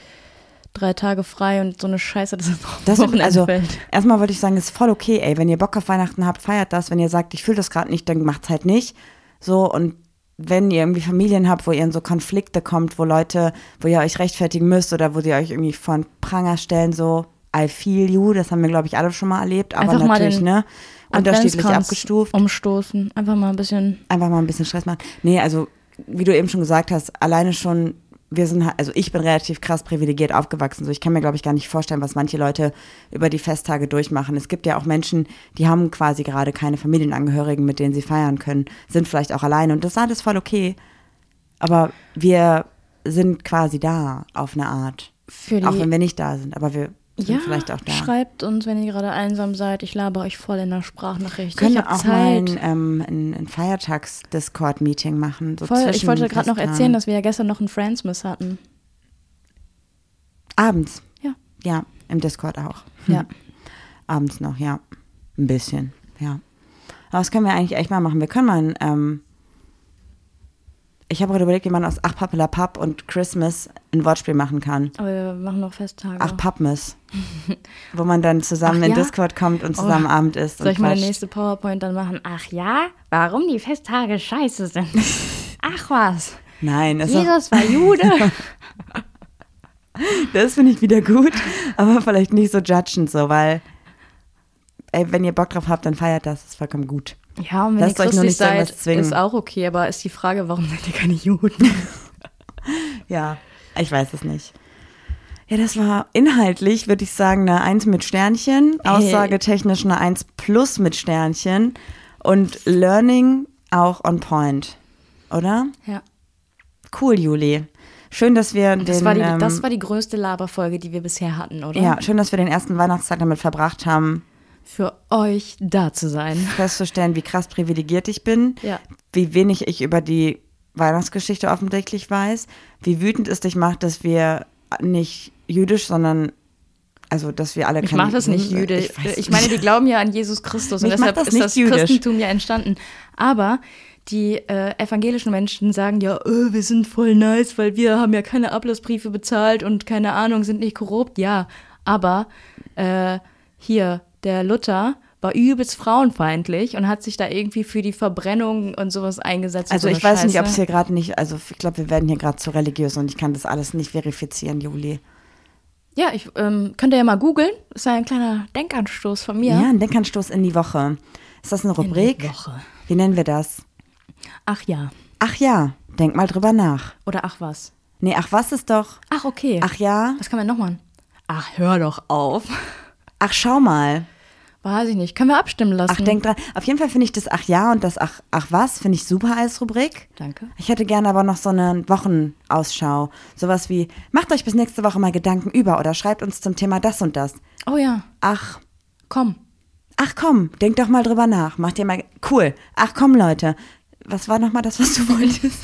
Speaker 1: drei Tage frei und so eine Scheiße, das ist
Speaker 2: Das sind, also
Speaker 1: fällt.
Speaker 2: erstmal wollte ich sagen, ist voll okay, ey. Wenn ihr Bock auf Weihnachten habt, feiert das. Wenn ihr sagt, ich fühle das gerade nicht, dann macht's halt nicht. So und wenn ihr irgendwie Familien habt, wo ihr in so Konflikte kommt, wo Leute, wo ihr euch rechtfertigen müsst oder wo die euch irgendwie vor den Pranger stellen, so I feel you, das haben wir glaube ich alle schon mal erlebt, aber
Speaker 1: Einfach mal
Speaker 2: natürlich
Speaker 1: den
Speaker 2: ne [laughs] unterschiedlich
Speaker 1: Adventskranz
Speaker 2: abgestuft.
Speaker 1: Umstoßen, einfach mal ein bisschen.
Speaker 2: einfach mal ein bisschen Stress machen. Nee, also wie du eben schon gesagt hast, alleine schon, wir sind, halt- also ich bin relativ krass privilegiert aufgewachsen. So, ich kann mir, glaube ich, gar nicht vorstellen, was manche Leute über die Festtage durchmachen. Es gibt ja auch Menschen, die haben quasi gerade keine Familienangehörigen, mit denen sie feiern können, sind vielleicht auch alleine und das ist alles voll okay. Aber wir sind quasi da auf eine Art.
Speaker 1: Für die
Speaker 2: Auch wenn wir nicht da sind, aber wir sind
Speaker 1: ja,
Speaker 2: vielleicht auch da.
Speaker 1: schreibt uns, wenn ihr gerade einsam seid. Ich laber euch voll in der Sprachnachricht.
Speaker 2: können
Speaker 1: ich
Speaker 2: wir
Speaker 1: hab
Speaker 2: auch
Speaker 1: Zeit.
Speaker 2: mal ein, ähm, ein, ein Feiertags-Discord-Meeting machen. So
Speaker 1: voll, ich
Speaker 2: zwischen
Speaker 1: wollte gerade noch
Speaker 2: Festtagen.
Speaker 1: erzählen, dass wir ja gestern noch einen Friends-Miss hatten.
Speaker 2: Abends.
Speaker 1: Ja.
Speaker 2: Ja, im Discord auch.
Speaker 1: Ja.
Speaker 2: Abends noch, ja. Ein bisschen, ja. Aber das können wir eigentlich echt mal machen. Wir können mal ein, ähm, ich habe gerade überlegt, wie man aus Ach Pappela Papp und Christmas ein Wortspiel machen kann.
Speaker 1: Aber wir machen noch Festtage. [laughs]
Speaker 2: Ach Pappmes. Wo man dann zusammen
Speaker 1: Ach
Speaker 2: in
Speaker 1: ja? Oh.
Speaker 2: Discord kommt und zusammen Abend isst
Speaker 1: Soll
Speaker 2: und
Speaker 1: ich meine
Speaker 2: quatscht.
Speaker 1: nächste PowerPoint dann machen? Ach ja, warum die Festtage scheiße
Speaker 2: [laughs]
Speaker 1: sind. Ach was,
Speaker 2: Nein, also, das,
Speaker 1: Jesus
Speaker 2: ist-
Speaker 1: war Jude.
Speaker 2: [laughs] das finde ich wieder gut, aber vielleicht nicht so judgend so, weil ey, wenn ihr Bock drauf habt, dann feiert das, ist vollkommen gut.
Speaker 1: Ja, und wenn
Speaker 2: Lasst
Speaker 1: ihr
Speaker 2: euch
Speaker 1: christlich
Speaker 2: nur nicht sagen,
Speaker 1: seid,
Speaker 2: was zwingen.
Speaker 1: ist auch okay, aber ist die Frage, warum seid ihr keine Juden?
Speaker 2: [laughs] Ja, ich weiß es nicht. Ja, das war inhaltlich, würde ich sagen, eine Eins mit Sternchen, aussagetechnisch eine Eins plus mit Sternchen und Learning auch on point, oder?
Speaker 1: Ja.
Speaker 2: Cool, Juli. Schön, dass wir den.
Speaker 1: Das, war die,
Speaker 2: ähm,
Speaker 1: das war die größte Laberfolge, die wir bisher hatten, oder?
Speaker 2: ja, schön, dass wir den ersten Weihnachtstag damit verbracht haben,
Speaker 1: Für euch da zu sein.
Speaker 2: festzustellen, wie krass privilegiert ich bin,
Speaker 1: Ja.
Speaker 2: wie wenig ich über die Weihnachtsgeschichte offensichtlich weiß, wie wütend es dich macht, dass wir nicht jüdisch, sondern also dass wir alle
Speaker 1: Ich mache das nicht jüdisch.
Speaker 2: Ich, weiß
Speaker 1: Ich, meine, die
Speaker 2: nicht.
Speaker 1: glauben ja an Jesus Christus und
Speaker 2: Mich macht
Speaker 1: deshalb
Speaker 2: das
Speaker 1: ist
Speaker 2: nicht
Speaker 1: das
Speaker 2: jüdisch.
Speaker 1: Christentum ja entstanden. Aber die äh, evangelischen Menschen sagen ja, äh, wir sind voll nice, weil wir haben ja keine Ablassbriefe bezahlt und keine Ahnung, sind nicht korrupt. Ja, aber äh, hier, der Luther war übelst frauenfeindlich und hat sich da irgendwie für die Verbrennung und sowas eingesetzt. und
Speaker 2: also
Speaker 1: so
Speaker 2: ich
Speaker 1: eine
Speaker 2: weiß nicht, ob es
Speaker 1: Scheiße.
Speaker 2: hier gerade nicht, also ich glaube, wir werden hier gerade zu religiös und ich kann das alles nicht verifizieren, Juli.
Speaker 1: Ja, ich ähm, könnt ihr ja mal googeln. Ist ja ein kleiner Denkanstoß von mir.
Speaker 2: Ja, ein Denkanstoß in die Woche. Ist das eine Rubrik?
Speaker 1: Woche.
Speaker 2: Wie nennen wir das?
Speaker 1: Ach ja.
Speaker 2: Ach ja, denk mal drüber nach.
Speaker 1: Oder ach was.
Speaker 2: Nee, ach was ist doch?
Speaker 1: Ach, okay.
Speaker 2: Ach ja,
Speaker 1: Was kann man noch machen? Ach, hör doch auf.
Speaker 2: ach schau mal.
Speaker 1: Weiß ich nicht. Können wir abstimmen lassen?
Speaker 2: Ach, denk dran. Auf jeden Fall finde ich das Ach ja und das Ach, ach was finde ich super als Rubrik.
Speaker 1: Danke.
Speaker 2: Ich hätte gerne aber noch so eine Wochenausschau. Sowas wie, macht euch bis nächste Woche mal Gedanken über oder schreibt uns zum Thema das und das.
Speaker 1: Oh ja,
Speaker 2: Ach,
Speaker 1: komm.
Speaker 2: ach komm, denkt doch mal drüber nach. Macht ihr mal, cool. Ach komm, Leute. Was war nochmal das, was du wolltest?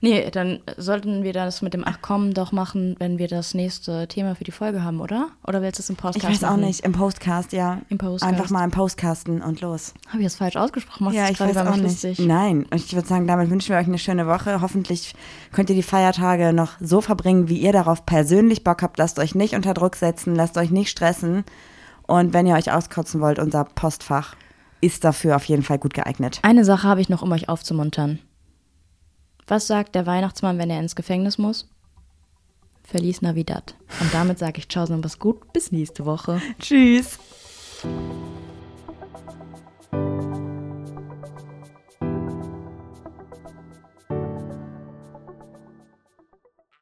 Speaker 1: Nee, dann sollten wir das mit dem Ach komm doch machen, wenn wir das nächste Thema für die Folge haben, oder? Oder willst du es im Podcast
Speaker 2: Ich weiß auch
Speaker 1: machen?
Speaker 2: nicht. Im Postcast, ja.
Speaker 1: Im Postcast.
Speaker 2: Einfach mal im Postcasten und los.
Speaker 1: Habe ich Oh, das falsch ausgesprochen? Machst du
Speaker 2: Ja,
Speaker 1: es
Speaker 2: ich
Speaker 1: gerade
Speaker 2: weiß
Speaker 1: über
Speaker 2: auch
Speaker 1: mich
Speaker 2: nicht.
Speaker 1: lustig?
Speaker 2: Nein, und ich würde sagen, damit wünschen wir euch eine schöne Woche. Hoffentlich könnt ihr die Feiertage noch so verbringen, wie ihr darauf persönlich Bock habt. Lasst euch nicht unter Druck setzen, lasst euch nicht stressen. Und wenn ihr euch auskotzen wollt, unser Postfach ist dafür auf jeden Fall gut geeignet.
Speaker 1: Eine Sache habe ich noch, um euch aufzumuntern. Was sagt der Weihnachtsmann, wenn er ins Gefängnis muss? Verlies Navidad. Und damit sage ich Tschaußen und was gut. Bis nächste Woche.
Speaker 2: Tschüss.